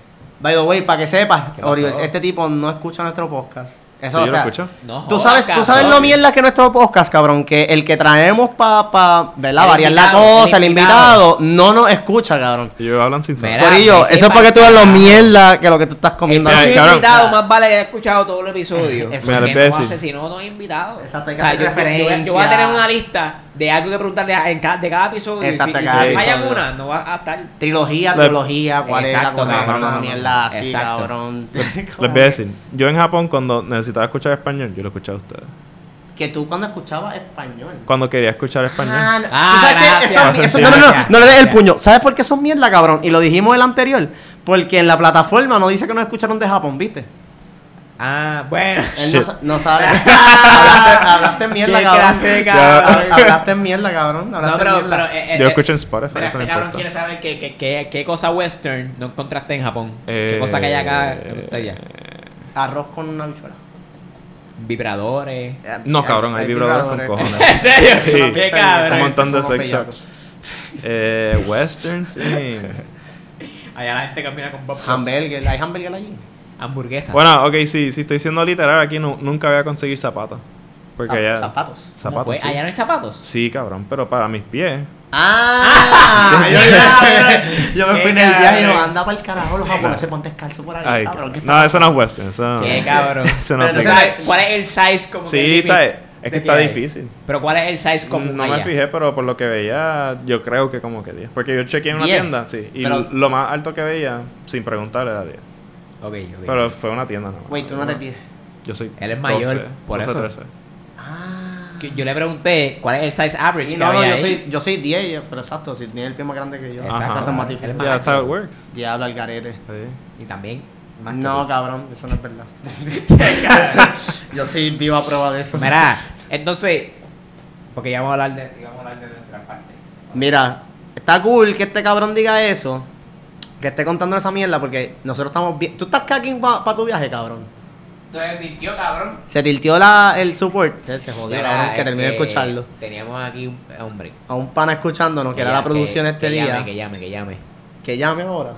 S2: By the way, para que sepas,
S1: ¿Qué pasó?
S2: Oriol, este tipo no escucha nuestro podcast.
S3: Sí,
S2: Eso,
S3: yo
S2: o
S3: lo
S2: sea,
S3: escucho.
S1: No
S2: Tú
S1: jodas,
S2: sabes, tú sabes
S1: cabrón.
S2: lo mierda que es nuestro podcast, cabrón, que el que traemos para pa, ¿verdad?
S1: El
S2: variar la
S1: invitado,
S2: cosa,
S1: el
S2: el
S1: invitado.
S2: invitado, no nos escucha, cabrón.
S3: Y Ellos hablan sin saber.
S1: Mira,
S2: Corillo,
S1: ¿de qué
S2: eso es para que tú veas lo mierda que lo que tú estás comiendo.
S1: El
S3: Mira,
S1: próximo
S3: cabrón.
S1: invitado más vale haber escuchado todo el episodio.
S2: Exacto.
S1: Porque
S3: Mira, les voy
S1: no
S3: a
S1: hace
S3: decir.
S1: si no, no es invitado.
S2: Exacto, hay que hacer
S1: yo, yo- yo voy a- yo voy a
S2: referencia.
S1: tener una lista de algo que preguntarle a- en ca- de cada episodio. y
S2: Exacto,
S1: si, y
S2: cada
S1: si fallan
S2: episodio.
S1: una, no va a estar.
S2: Trilogía,
S3: Le-
S2: trilogía, cuál
S1: Exacto,
S2: es la correcta,
S3: cabrón,
S2: una
S3: no, no,
S2: mierda así,
S1: exacto.
S2: cabrón.
S3: Les voy a decir, yo en Japón cuando necesitaba escuchar español, yo lo escuchaba a ustedes.
S2: Que tú cuando escuchabas español.
S3: Cuando quería escuchar español.
S2: Ah, no.
S1: Ah,
S2: ¿Tú sabes qué?
S1: gracias.
S2: Eso-
S3: Gracias,
S2: eso- no, no, no,
S1: gracias.
S2: no le des el
S1: Gracias.
S2: puño. ¿Sabes por qué son mierda, cabrón? Y lo dijimos el anterior. Porque en la plataforma nos dice que nos escucharon de Japón, ¿viste?
S1: Ah, bueno.
S2: Él no
S3: Shit.
S2: sa- no, sabe. hablaste, hablaste en mierda,
S1: Qué
S2: cabrón.
S1: clase,
S2: Hablaste-
S1: cabrón.
S2: Hablaste en mierda, cabrón. Hablaste
S1: No,
S2: en
S1: pero.
S2: mierda.
S1: pero eh, eh,
S3: Yo
S1: eh,
S3: escucho en Spotify,
S1: Mira,
S3: eso no
S1: este cabrón
S3: importa.
S1: quiere saber qué, qué, qué, qué cosa western no encontraste en Japón. qué
S3: Eh,
S1: cosa que hay acá.
S3: eh,
S1: está allá.
S2: Arroz con una bichuela.
S1: Vibradores.
S3: No, cabrón, hay vibradores con
S1: ¿En
S3: cojones.
S1: serio?
S3: Sí.
S1: Qué
S3: Un
S1: cabrón.
S3: montón de
S2: Somos
S3: sex shops. Eh, Western thing.
S1: Allá la gente camina con pop
S2: Hamburger, ¿hay hamburger allí?
S1: Hamburguesas.
S3: Bueno, ok, sí, sí estoy siendo literal aquí, nu- nunca voy a conseguir zapatos. Porque
S2: Zap-
S3: allá.
S2: Zapatos.
S1: ¿Cómo
S3: Zapatos.
S1: fue?
S3: Sí.
S1: Allá no hay zapatos.
S3: Sí, cabrón, pero para mis pies.
S2: Ah, yo, yo- yo me
S1: Qué
S2: fui en el viaje y yo,
S1: cabrón.
S2: anda para el carajo, los japoneses ponte descalzo por ahí.
S3: Ay,
S2: cabrón, ¿qué
S3: no,
S2: está
S3: eso no es Western. Eso no.
S1: Qué cabrón.
S3: Eso no
S2: Pero
S1: O
S2: entonces-
S3: aplica.
S1: sea, ¿Cuál es el size como que
S3: Sí,
S1: limit
S3: ¿sabes? Es
S1: de
S3: que está
S1: hay?
S3: difícil.
S1: Pero ¿cuál es el size común
S3: No me
S1: allá?
S3: fijé, pero por lo que veía, yo creo que como que 10. Porque yo chequeé en una
S2: 10,
S3: tienda, sí. Y
S2: pero-
S3: lo más alto que veía, sin preguntar, era 10.
S1: Ok, ok.
S3: Pero fue una tienda nomás.
S2: Güey, tú no eres 10.
S3: Yo soy.
S1: Él es mayor,
S3: 12,
S1: por
S3: 12,
S1: eso.
S3: 13.
S2: Ah.
S1: Que yo le pregunté cuál es el size average
S2: Sí,
S1: que
S2: no, no,
S1: había
S2: yo
S1: ahí.
S2: soy, yo soy 10, pero exacto, si tiene el pie más grande que yo.
S1: Exacto.
S2: Exacto, es más difícil.
S1: Él es
S3: Yeah, that's how it works.
S2: Diablo al garete.
S3: Sí.
S1: Y también más que
S2: No,
S1: tú.
S2: cabrón, eso no es verdad. Eso- yo soy viva prueba de eso.
S1: Mira, entonces porque ya vamos a hablar de íbamos a hablar de nuestra parte.
S2: Mira, está cool que este cabrón diga eso, que esté contando esa mierda, porque nosotros estamos bien. ¿Tú estás cacking para tu viaje, cabrón?
S1: Entonces mintió, cabrón.
S2: Se tiltió la, el support. Se jodió,
S1: Mira,
S2: cabrón, que
S1: este,
S2: termine de escucharlo.
S1: Teníamos aquí un a un break.
S2: A un pana escuchándonos, que era la
S1: ya-
S2: producción
S1: que-
S2: este
S1: que
S2: día.
S1: Llame, que llame, que llame.
S2: que llame ahora.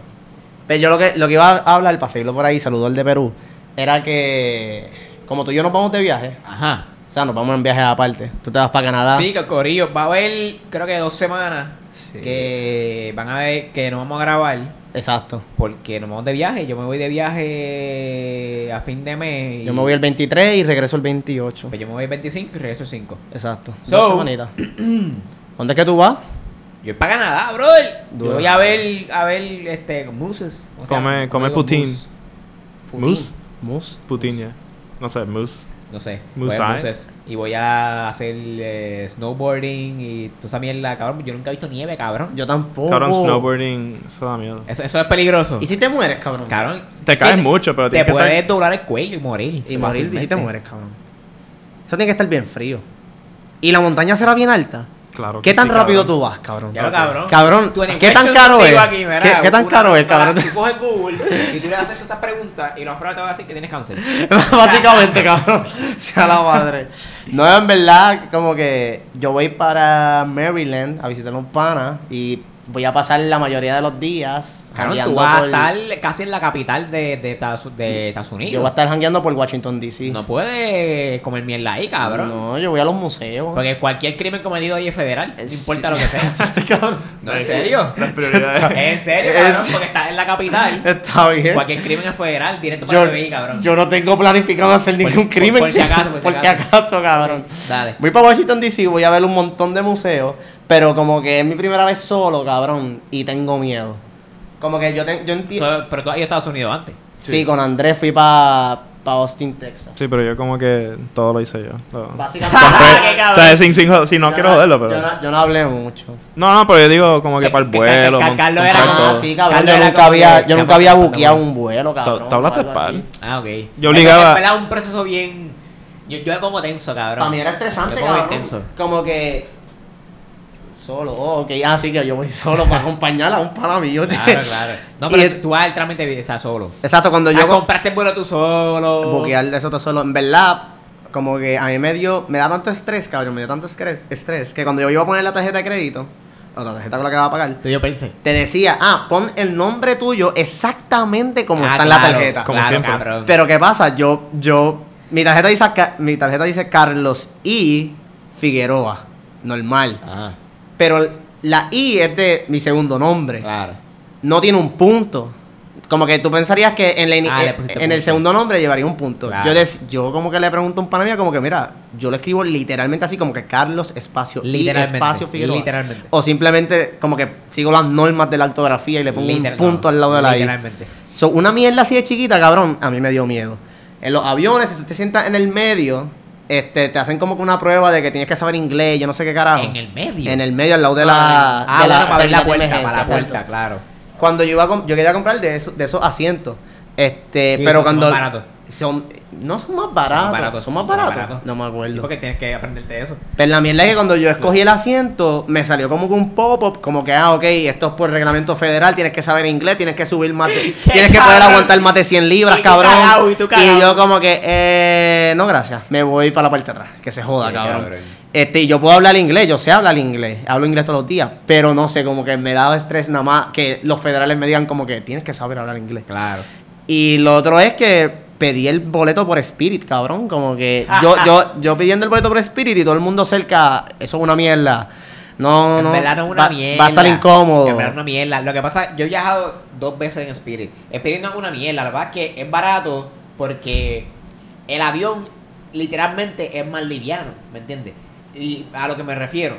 S2: Pero yo lo que, lo que iba a hablar, para seguirlo por ahí, saludo al de Perú, era que como tú y yo nos vamos de viaje,
S1: Ajá.
S2: o sea, nos vamos en viaje aparte, tú te vas para Canadá.
S1: Sí, que Corillo, va a haber creo que dos semanas
S2: Sí.
S1: que van a ver que no vamos a grabar
S2: Exacto.
S1: porque nos vamos de viaje. Yo me voy de viaje a fin de mes. y-
S2: Yo me voy el 23 y regreso el 28.
S1: Pues yo me voy el 25 y regreso el 5.
S2: Exacto.
S1: So-
S2: Dos semanitas. ¿Dónde es que tú vas?
S1: Yo para Canadá, brother. Yo
S2: Duro.
S1: voy a ver, a ver, este, mousses. ¿cómo se
S3: Come-
S1: llama?
S3: come
S1: Yo digo
S3: poutine.
S1: mousse,
S3: Mousse.
S2: Mus.
S3: Putin, ya. No sé, mousse.
S1: No sé.
S3: Mousses.
S1: voy a mousses. Y voy a hacer eh, snowboarding y tú sabes mierda, cabrón. Yo nunca he visto nieve, cabrón.
S2: Yo tampoco.
S3: Cabrón, snowboarding, eso da miedo.
S1: Eso, eso es peligroso.
S2: ¿Y si te mueres, cabrón?
S1: Cabrón.
S3: Te caes
S1: que-
S3: mucho, pero
S1: Te
S3: tienes que
S1: puedes
S3: estar-
S1: doblar el cuello y morir.
S2: Y morir, ¿y si
S1: fácilmente.
S2: te mueres, cabrón? Eso tiene que estar bien frío. y la montaña será bien alta.
S3: Claro
S2: ¿Qué
S3: que
S2: tan
S3: sí,
S2: rápido
S3: cabrón.
S2: tú vas, cabrón?
S1: Ya lo cabrón.
S2: Cabrón,
S1: Tu animation
S2: ¿qué tan caro
S1: contigo
S2: es?
S1: aquí, mira,
S2: ¿Qué, qué tan
S1: una
S2: caro es,
S1: prueba-
S2: cabrón?
S1: Tú coges Google y tú le haces todas estas preguntas y los pruebas te van a decir que tienes cáncer.
S2: Básicamente, cabrón. Sea la madre. No, en verdad, como que yo voy para Maryland a visitar a un pana y voy a pasar la mayoría de los días
S1: Cabrón, tú
S2: jangueando
S1: vas a
S2: por-
S1: estar casi en la capital de, de, Estados- de Estados Unidos.
S2: Yo voy a estar jangueando por Washington, D.C.
S1: No puedes comer mierda ahí, cabrón.
S2: No, yo voy a los museos.
S1: Porque cualquier crimen cometido ahí es federal, no
S2: Sí.
S1: importa lo que sea.
S2: Cabrón,
S1: No, ¿En serio?
S3: Las prioridades.
S1: ¿En serio, cabrón? Porque estás en la capital.
S2: Está bien.
S1: Cualquier crimen es federal, directo para
S2: Yo,
S1: el FBI, cabrón.
S2: yo no tengo planificado hacer ningún
S1: por-
S2: crimen.
S1: por si acaso, por si acaso.
S2: acaso, cabrón.
S1: Dale.
S2: Voy para Washington DC, voy a ver un montón de museos, pero como que es mi primera vez solo, cabrón, y tengo miedo. Como que yo, te- yo entiendo.
S1: So, pero tú has ido a Estados Unidos antes.
S2: sí. con Andrés fui para Austin, Texas.
S3: Sí, pero yo como que todo lo hice yo. Lo-
S2: Básicamente.
S1: Ah, Qué
S3: o
S1: cabrón.
S3: sea, sin, sin, jo- si no
S2: Yo
S3: quiero joderlo, pero.
S2: Yo no, yo no hablé mucho.
S3: No, no, pero yo digo como que,
S1: Que-
S3: para el
S1: que- que-
S3: vuelo.
S1: que- que
S3: mon-
S1: Carlos era
S3: comprar
S1: más
S3: todo.
S2: Ah, sí, cabrón.
S1: Carlos
S2: Yo
S1: era
S2: nunca
S1: como
S2: había,
S1: que-
S2: yo
S1: que
S2: nunca había
S1: apartado,
S2: buqueado
S1: bueno.
S2: un vuelo, cabrón.
S3: te hablaste
S2: o algo
S3: pal.
S2: así.
S1: Ah, ok.
S3: Yo obligaba-
S1: Es un proceso bien. Yo, yo me pongo tenso, cabrón.
S2: Para mí era estresante,
S1: Me pongo
S2: cabrón.
S1: intenso.
S2: Como que. Solo, oh, ok, así que yo voy solo para acompañar a un pana mío.
S1: Claro, claro. No,
S2: Y
S1: pero
S2: el-
S1: tú vas al trámite de esa solo.
S2: Exacto, cuando
S1: Ah,
S2: yo.
S1: compraste el vuelo tú solo.
S2: Buquear de eso todo solo. En verdad, como que a mí me dio. Me da tanto estrés, cabrón. Me dio tanto estrés, estrés que cuando yo iba a poner la tarjeta de crédito, o la tarjeta con la que va a pagar,
S1: Te dio pensé.
S2: te decía, ah, pon el nombre tuyo exactamente como
S1: Ah,
S2: está en la
S1: claro,
S2: tarjeta.
S3: Como
S1: claro,
S3: siempre.
S1: cabrón.
S2: Pero ¿qué pasa? Yo, yo, mi tarjeta dice, Ca- mi tarjeta dice Carlos I Figueroa, normal.
S1: Ah,
S2: Pero la I es de mi segundo nombre.
S1: claro.
S2: No tiene un punto. Como que tú pensarías que en, la ini-
S1: Ah, le
S2: eh,
S1: pusiste
S2: en el
S1: punto.
S2: segundo nombre llevaría un punto.
S1: Claro.
S2: Yo, les- yo como que le pregunto a un pana mío, como que mira, yo lo escribo literalmente así, como que Carlos espacio I
S1: Literalmente.
S2: espacio Figueroa.
S1: Literalmente.
S2: O simplemente como que sigo las normas de la ortografía y le pongo
S1: Literal-
S2: un punto al lado de la I.
S1: Literalmente.
S2: So, una mierda así de chiquita, cabrón, a mí me dio miedo. En los aviones, si tú te sientas en el medio, este, te hacen como que una prueba de que tienes que saber inglés, yo no sé qué carajo.
S1: En el medio.
S2: Ah, En el medio, al lado de la.
S1: Ah, bueno,
S2: de
S1: para abrir
S2: salida
S1: la
S2: de
S1: puerta,
S2: emergencia,
S1: para la
S2: exacto.
S1: puerta, claro.
S2: Cuando yo iba a com- yo quería comprar de esos, de esos asientos. Este,
S1: Sí,
S2: pero
S1: son
S2: cuando.
S1: más baratos.
S2: Son, no son más baratos. Son más baratos.
S1: son más baratos.
S2: No me acuerdo.
S1: Sí, porque tienes que aprenderte eso.
S2: Pero la mierda es que cuando yo escogí el asiento, me salió como que un pop-up, como que, ah, ok, esto es por reglamento federal, tienes que saber inglés, tienes que subir más, de- tienes que poder
S1: cabrón!
S2: aguantar más de 100 libras,
S1: Y tú
S2: cabrón.
S1: cagao, y tú cagao.
S2: yo como que, eh, no gracias, me voy para la parte de atrás, que se joda,
S1: Sí,
S2: cabrón.
S1: cabrón.
S2: Este, y yo puedo hablar inglés, yo sé hablar inglés, hablo inglés todos los días, pero no sé, como que me daba estrés nada más que los federales me digan como que tienes que saber hablar inglés.
S1: Claro.
S2: Y lo otro es que pedí el boleto por Spirit, cabrón. Como que
S1: Ah.
S2: yo, yo, yo pidiendo el boleto por Spirit y todo el mundo cerca, eso es una mierda. No,
S1: en
S2: no.
S1: verdad no es una
S2: va,
S1: mierda.
S2: Va a estar incómodo.
S1: En verdad es una mierda. Lo que pasa, yo he viajado dos veces en Spirit. Spirit no es una mierda. La verdad es que es barato porque el avión literalmente es más liviano, ¿me entiendes? Y a lo que me refiero,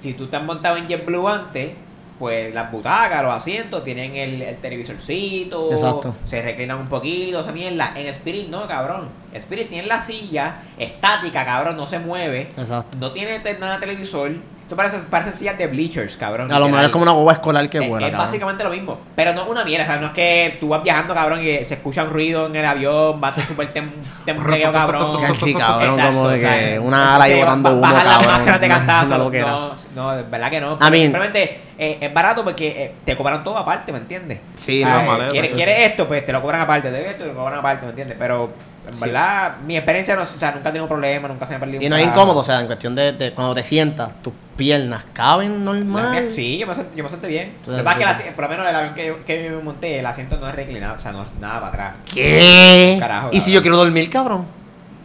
S1: si tú estás montado en JetBlue antes, pues las butacas, los asientos, tienen el, el televisorcito,
S2: Exacto.
S1: se reclinan un poquito, esa mierda. En Spirit no, cabrón. Spirit tiene la silla estática, cabrón, no se mueve.
S2: Exacón.
S1: No tiene te- nada televisor. Esto parece, parece sillas de bleachers, cabrón.
S2: A lo mejor es como una boba escolar que
S1: Es,
S2: vuela.
S1: es
S2: cabrón.
S1: básicamente lo mismo. Pero no es una mierda. O sea, no es que tú vas viajando, cabrón, y se escucha un ruido en el avión, vas tú súper tem- tembleo, cabrón.
S2: Que sí, cabrón,
S1: Exacto,
S2: como de que
S1: o sea,
S2: una ala
S1: sí,
S2: llevando
S1: ba-
S2: humo,
S1: bajar las
S2: cabrón.
S1: máscaras de
S2: Una-
S1: cantazo.
S2: una loquera.
S1: No, no, es verdad que no.
S2: I mean-
S1: Simplemente eh, es barato porque eh, te cobran todo aparte, ¿me entiendes?
S2: Sí,
S1: O sea,
S3: las
S1: eh,
S3: maletas,
S1: ¿quieres,
S3: sí,
S1: quieres esto? Pues te lo cobran aparte. Te esto y te lo cobran aparte, ¿me entiendes? Pero, en verdad, mi experiencia, no, o sea, nunca he tenido problemas, nunca se me ha perdido
S2: Y
S1: un
S2: no es
S1: carajo.
S2: incómodo, o sea, en cuestión de, de cuando te sientas, tus piernas caben
S1: Las
S2: normal.
S1: mías- Sí, yo me sent- yo me senté bien.
S2: Tú
S1: Lo que
S2: eres
S1: pasa es que el
S2: rico.
S1: asi- por lo menos el avión que yo, que yo me monté, el asiento no es reclinado, o sea, no es nada para atrás.
S2: ¿Qué?
S1: Carajo,
S2: ¿Y si
S1: cabrón.
S2: yo quiero dormir, cabrón?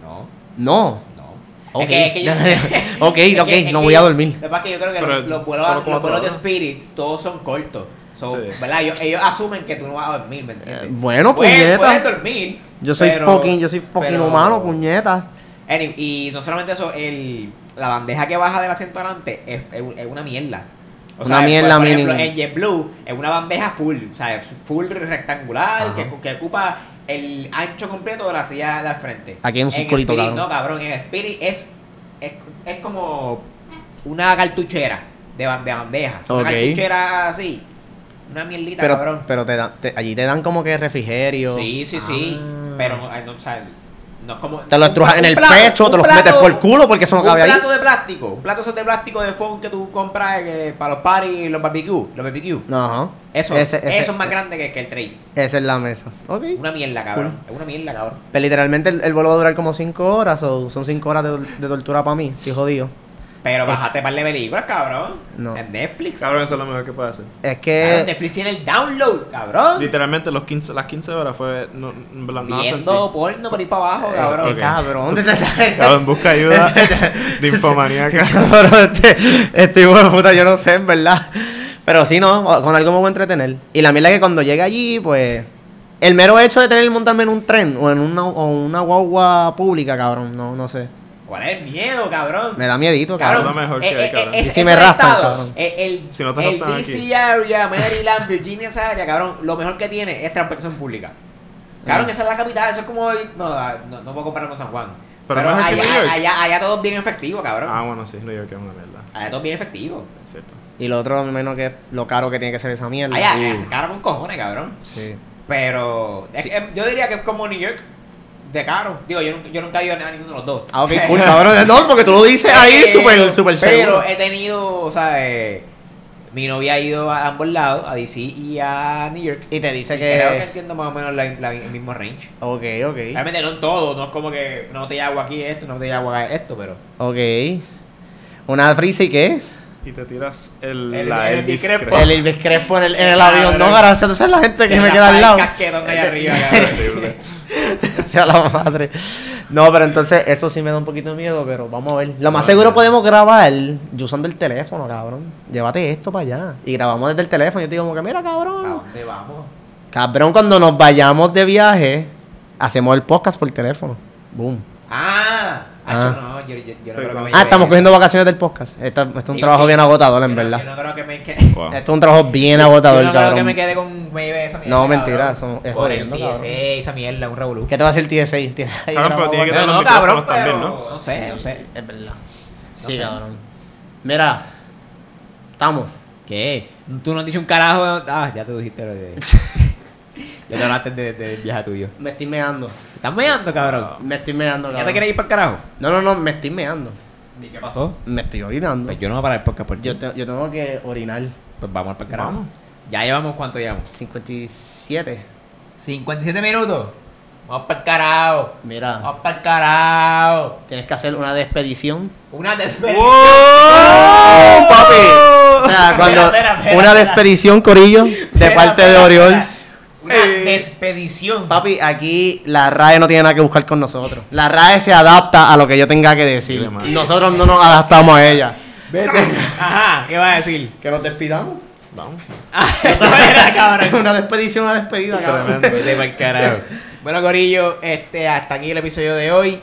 S1: No,
S2: No.
S1: no.
S2: Ok,
S1: Es que- es que yo-
S2: ok,
S1: es que-
S2: ok,
S1: es
S2: no
S1: que
S2: voy a
S1: yo-
S2: dormir.
S1: Lo que pasa es que yo creo que
S3: Pero
S1: los, los vuelos,
S3: solo
S1: los
S3: cuatro
S1: vuelos de
S3: horas.
S1: Spirits todos son cortos. So,
S3: Sí.
S1: ¿verdad? Ellos, ellos asumen que tú no vas a dormir, ¿me entiendes?
S2: Eh, bueno,
S1: puedes,
S2: puñeta.
S1: puedes dormir.
S2: Yo soy
S1: pero-
S2: fucking, yo soy fucking
S1: pero-
S2: humano, puñetas.
S1: Anyway, y no solamente eso, el, la bandeja que baja del asiento adelante es, es- es una mierda.
S2: Una mierda
S1: por, por ejemplo,
S2: mínima.
S1: en JetBlue es una bandeja full, o sea, es full rectangular
S2: Ajá.
S1: que, que ocupa el ancho completo de la silla de al frente.
S2: Aquí hay un
S1: En
S2: circulito,
S1: Spirit,
S2: cabrón.
S1: No, cabrón, en Spirit es, es, es como una cartuchera de, ban- de bandeja. Una
S2: Ok.
S1: cartuchera así. Una mierdita,
S2: Pero,
S1: cabrón.
S2: pero te dan- te- allí te dan como que refrigerio.
S1: Sí, sí, sí.
S2: Ah.
S1: Pero, ay, no, o sea, No es como-
S2: Te los
S1: un
S2: estrujas en
S1: pla-
S2: el
S1: un plato,
S2: pecho, te
S1: un
S2: los
S1: plato-
S2: metes por el culo porque eso no
S1: Un
S2: cabe ahí.
S1: plato de plástico, un plato esos de plástico de foam que tú compras eh, para los parties y los barbecue, los barbecue.
S2: Ajá.
S1: Eso,
S2: Ese- ese- eh.
S1: eso es más grande que, que el tray.
S2: Esa es la mesa. Ok.
S1: Una mierda, cabrón. Es una mierda, cabrón.
S2: Pero literalmente el, el vuelo va a durar como 5 horas o son 5 horas de, dol- de tortura para mí. Estoy jodido.
S1: Pero bájate para de películas, cabrón.
S2: No. eh.
S1: En Netflix.
S3: Cabrón, eso es lo mejor que puede hacer.
S2: Es
S1: Cabrón,
S2: que.
S1: Netflix tiene el download, cabrón.
S3: Literalmente los 15, las 15 horas fue. No, no, no la
S1: Viendo porno por ahí para
S2: Eh,
S1: abajo, cabrón.
S2: Qué cabrón.
S3: sentí. Cabrón, busca ayuda de infomaníaca.
S2: Cabrón, este, este hijo de puta, yo no sé, en verdad. Pero sí, no, con algo me voy a entretener. Y la mierda es que cuando llega allí, pues. El mero hecho de tener que montarme en un tren o en una, o una guagua pública, cabrón, no, no sé.
S1: ¿Cuál es el miedo, cabrón?
S2: Me da miedito,
S1: Cabrón,
S2: cabrón.
S3: Lo mejor que
S1: eh,
S3: hay,
S1: eh,
S3: cabrón.
S1: eh,
S2: Y si
S1: eso
S2: me
S1: del
S2: raspan,
S1: estado,
S2: cabrón.
S1: eh, El,
S3: Si no te
S1: el
S3: raspan
S1: DC
S3: aquí.
S1: area, Maryland, Virginia, esa área, cabrón, lo mejor que tiene es transportación pública. Cabrón,
S2: Mm.
S1: esa es la capital, eso es como... No, ah, no, no puedo comparar con San Juan. Pero,
S3: Pero mejor que
S1: allá,
S3: New York.
S1: allá, allá todo es bien efectivo, cabrón.
S3: Ah, bueno, sí, New York es una mierda.
S1: allá todo es bien efectivo.
S3: Es cierto.
S2: Y lo otro, me menos que es lo caro que tiene que ser esa mierda.
S1: Allá,
S3: Sí.
S1: se caro con cojones, cabrón.
S2: Sí.
S1: Pero es- em, yo diría que es como New York, de caro. Digo, yo, nunca- yo nunca he ido a ninguno de los dos.
S2: Ah, ok, cool, cabrón. No, porque tú lo dices ahí
S1: Pero-
S2: súper, súper seguro.
S1: Pero eh, he tenido, o sea, eh, mi novia ha ido a ambos lados, a DC y a New York.
S2: Y te dice
S1: Creo que
S2: que.
S1: entiendo más o menos la- la- el mismo range.
S2: Ok, ok.
S1: Realmente no en todo, no es como que no te agua aquí esto, no te agua acá esto, pero.
S2: Ok. ¿Una frisa y qué?
S3: Y te tiras el,
S1: El-
S3: la
S1: el
S3: Elvis
S1: Discrepo.
S3: Crespo.
S2: El Elvis Crespo en el, en el avión. No,
S1: Cabrón.
S2: carajo, esa es la gente que
S1: Tiene
S2: me
S1: la
S2: queda al
S1: pala
S2: lado.
S1: del casquetón allá arriba, cabrón.
S3: Horrible.
S2: Sea la madre. No, pero entonces eso sí me da un poquito de miedo, pero vamos a ver. Lo más
S3: no,
S2: seguro
S3: no.
S2: podemos grabar yo usando el teléfono, cabrón. Llévate esto para allá. Y grabamos desde el teléfono. Yo te digo como que, mira,
S1: ¿A
S2: cabrón.
S1: dónde vamos?
S2: Cabrón, cuando nos vayamos de viaje, hacemos el podcast por teléfono. Boom.
S1: Ah,
S2: Ah.
S1: acho, no, yo, yo- yo no creo que me
S2: Ah,
S1: lleve-
S2: estamos cogiendo vacaciones del podcast. Esta- Esto es un
S1: Sí,
S2: trabajo
S1: sí.
S2: bien agotador,
S1: yo
S2: en
S1: no-
S2: verdad.
S1: Yo no creo que me que-
S3: Wow.
S2: Esto es un trabajo bien
S1: Yo
S2: agotador,
S1: no creo que
S2: cabrón.
S1: me quede con me lleve esa mierda.
S2: No, mentira,
S1: cabrón.
S2: son- es
S1: Por el
S2: jodiendo,
S1: TSE,
S2: cabrón.
S1: esa mierda, un revolú.
S2: ¿Qué te va a hacer el TSI? Tienes ahí
S3: Cabrón,
S2: grabado
S3: pero tiene que
S2: acá.
S3: tener los
S1: No, cabrón,
S3: micrófonos también,
S1: pero-
S3: ¿no?
S1: No sé, no sé.
S2: Es verdad. Sí,
S1: sé.
S2: cabrón. Mira, estamos.
S1: ¿Qué? Tú no has dicho un carajo. Ah, ya tú dijiste lo de. ya te hablaste de, de, del viaje tuyo.
S2: Me estoy meando.
S1: ¿Estás meando, cabrón?
S2: Me estoy meando,
S1: Ah. ¿Ya
S2: cabrón.
S1: te quieres ir para el carajo?
S2: No, no, no, me estoy meando.
S1: ¿Y qué pasó?
S2: Me estoy orinando.
S1: Pues yo no voy a parar el podcast por ti.
S2: Yo, te- yo tengo que orinar.
S1: Pues vamos para el carajo.
S3: Vamos.
S1: Ya llevamos cuánto llevamos.
S2: 57.
S1: 57 minutos. Vamos para el carajo.
S2: Mira,
S1: Vamos para el carajo.
S2: tienes que hacer una despedición.
S1: Una despedida.
S3: ¡Wow!
S2: ¡Oh, papi! O sea, cuando.
S1: Espera, espera,
S2: una
S1: espera.
S2: despedición, Corillo, de
S1: Espera,
S2: parte de
S1: espera,
S2: Oriol.
S1: espera. Una
S3: Eh.
S1: despedición.
S2: Papi, aquí la RAE no tiene nada que buscar con nosotros. La RAE se adapta a lo que yo tenga que decir.
S3: Dile, mano.
S2: Nosotros no nos adaptamos a ella.
S1: Vete. Ajá, ¿qué vas a decir?
S2: Que nos despidamos.
S3: Vamos.
S1: Ah, Eso era, cabrón.
S2: una despedición, una despedida, cabrón.
S1: Vete pa'l carajo. Bueno, Corillo, este, hasta aquí el episodio de hoy.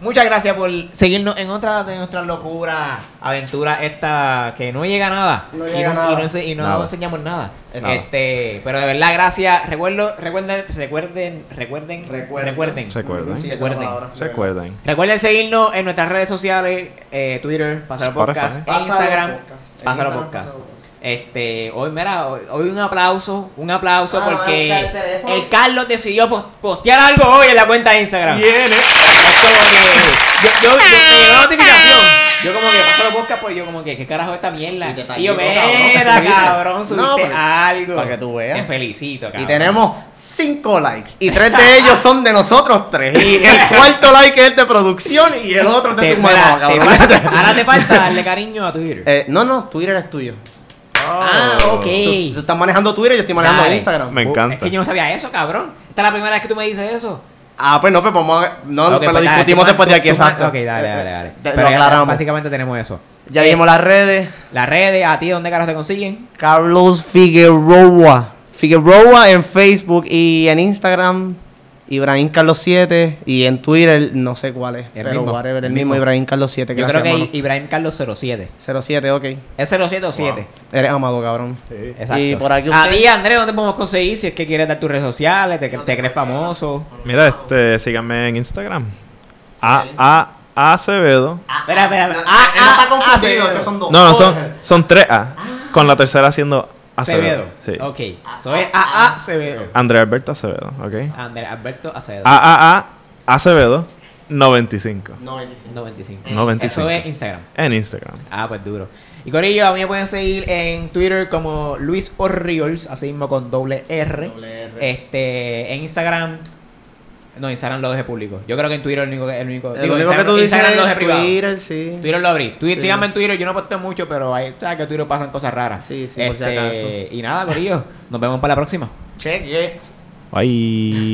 S1: Muchas gracias por seguirnos en otra de nuestras locuras, aventuras, esta que no llega a nada.
S2: No
S1: y,
S2: llega
S1: no,
S2: a nada.
S1: y no ense- y no
S3: Nada.
S1: enseñamos nada.
S3: Nada.
S1: Este, pero de verdad, gracias. Recuerdo, recuerden, recuerden, recuerden, recuerden. Recuerden.
S3: Recuerden.
S2: Sí, esa es la
S1: Recuerden.
S2: palabra.
S3: Recuerden.
S1: seguirnos en nuestras redes sociales, eh, Twitter, Pasar
S3: Spotify.
S1: Podcast, e
S2: Pásalo
S1: Instagram,
S2: podcast. En
S1: Pásalo
S2: Instagram,
S1: Podcast.
S2: Pásalo podcast.
S1: Este, hoy, mira, hoy, hoy un aplauso, un aplauso
S2: Ah,
S1: porque
S2: está el teléfono.
S1: el Carlos decidió pos- postear algo hoy en la cuenta de Instagram.
S3: Viene.
S1: Es como que yo, yo, yo- me llegó la notificación. Yo como que paso los podcast, pues yo como que, ¿qué carajo esta mierda?
S2: Y te
S1: Y, yo,
S2: talló, cabrón,
S1: mira,
S2: te fuiste".
S1: cabrón, subiste
S2: No, porque-
S1: algo.
S2: para que tú veas.
S1: Te felicito, cabrón.
S2: Y tenemos 5 likes. Y tres de ellos son de nosotros tres. Y el cuarto like es de producción y el otro es de
S1: Te-
S2: tu
S1: mira,
S2: mamá,
S1: te
S2: cabrón.
S1: falta- ahora te falta darle cariño a Twitter.
S2: Eh, no, no, Twitter es tuyo.
S1: ah, ok.
S2: Tú, tú estás manejando Twitter y yo estoy manejando
S1: Dale.
S2: Instagram.
S3: Me encanta.
S1: Es que yo no sabía eso, cabrón. Esta es la primera vez que tú me dices eso.
S2: Ah, pues no, pues vamos a. No,
S1: Ok,
S2: pero
S1: pues
S2: lo
S1: dale,
S2: discutimos
S1: tú
S2: después
S1: ma-
S2: de aquí,
S1: tú ma-
S2: exacto.
S1: Ok, dale, dale, dale.
S2: Lo
S1: Pero ya-
S2: aclaramos.
S1: Básicamente tenemos eso.
S2: Ya
S1: Eh,
S2: dijimos las redes.
S1: Las redes, a ti, ¿dónde caras te consiguen?
S2: Carlos Figueroa. Figueroa en Facebook y en Instagram. Ibrahim Carlos 7 y en Twitter, no sé cuál es,
S1: El
S2: pero
S1: mismo,
S2: whatever, el
S1: el
S2: mismo,
S1: mismo.
S2: Ibrahim Carlos 7,
S1: Yo creo
S2: gracias,
S1: que
S2: hermano.
S1: Ibrahim Carlos 07.
S2: 07, ok.
S1: Es 07 o 7.
S2: Eres amado, cabrón.
S3: Sí.
S1: Exacto.
S2: Y por aquí
S1: A
S2: usted-
S1: ti, Andrés, ¿dónde podemos conseguir? Si es que quieres dar tus redes sociales, te, te crees famoso.
S3: Mira, este, síganme en Instagram. A, a, a Acevedo.
S1: Espera, espera, espera.
S2: Ah, ah, está
S1: ah,
S2: confundido,
S1: Acevedo.
S2: estos son dos.
S3: No, no, son, son tres A. Con la tercera haciendo Acevedo.
S1: Acevedo.
S3: Sí.
S2: Ah,
S1: Ok. So es AA Acevedo.
S3: André Alberto Acevedo, ¿ok?
S2: Ah.
S1: Andrés Alberto Acevedo.
S3: A, A, A, Acevedo 95
S2: 95.
S1: 95.
S3: No, 25.
S1: Eso es Instagram.
S3: en Instagram.
S1: Ah, pues duro. Y Corillo, a mí me pueden seguir en Twitter como Luis Orriols, así mismo con doble R.
S2: Doble R.
S1: Este, en Instagram. No, Instagram lo dejé público. Yo creo que en Twitter el único. El único,
S2: El
S1: digo,
S2: único que
S1: Instagram-
S2: tú dices
S1: Instagram lo
S2: es
S1: dejé privado.
S2: Twitter, sí.
S1: Twitter lo abrí. Twitter,
S2: Sí.
S1: Síganme en Twitter, yo no posteo mucho, pero ahí está que en Twitter pasan cosas raras. Este,
S2: Sí, sí, por si acaso.
S1: Y nada, Corillo, nos vemos para la próxima.
S2: Cheque.
S3: Bye.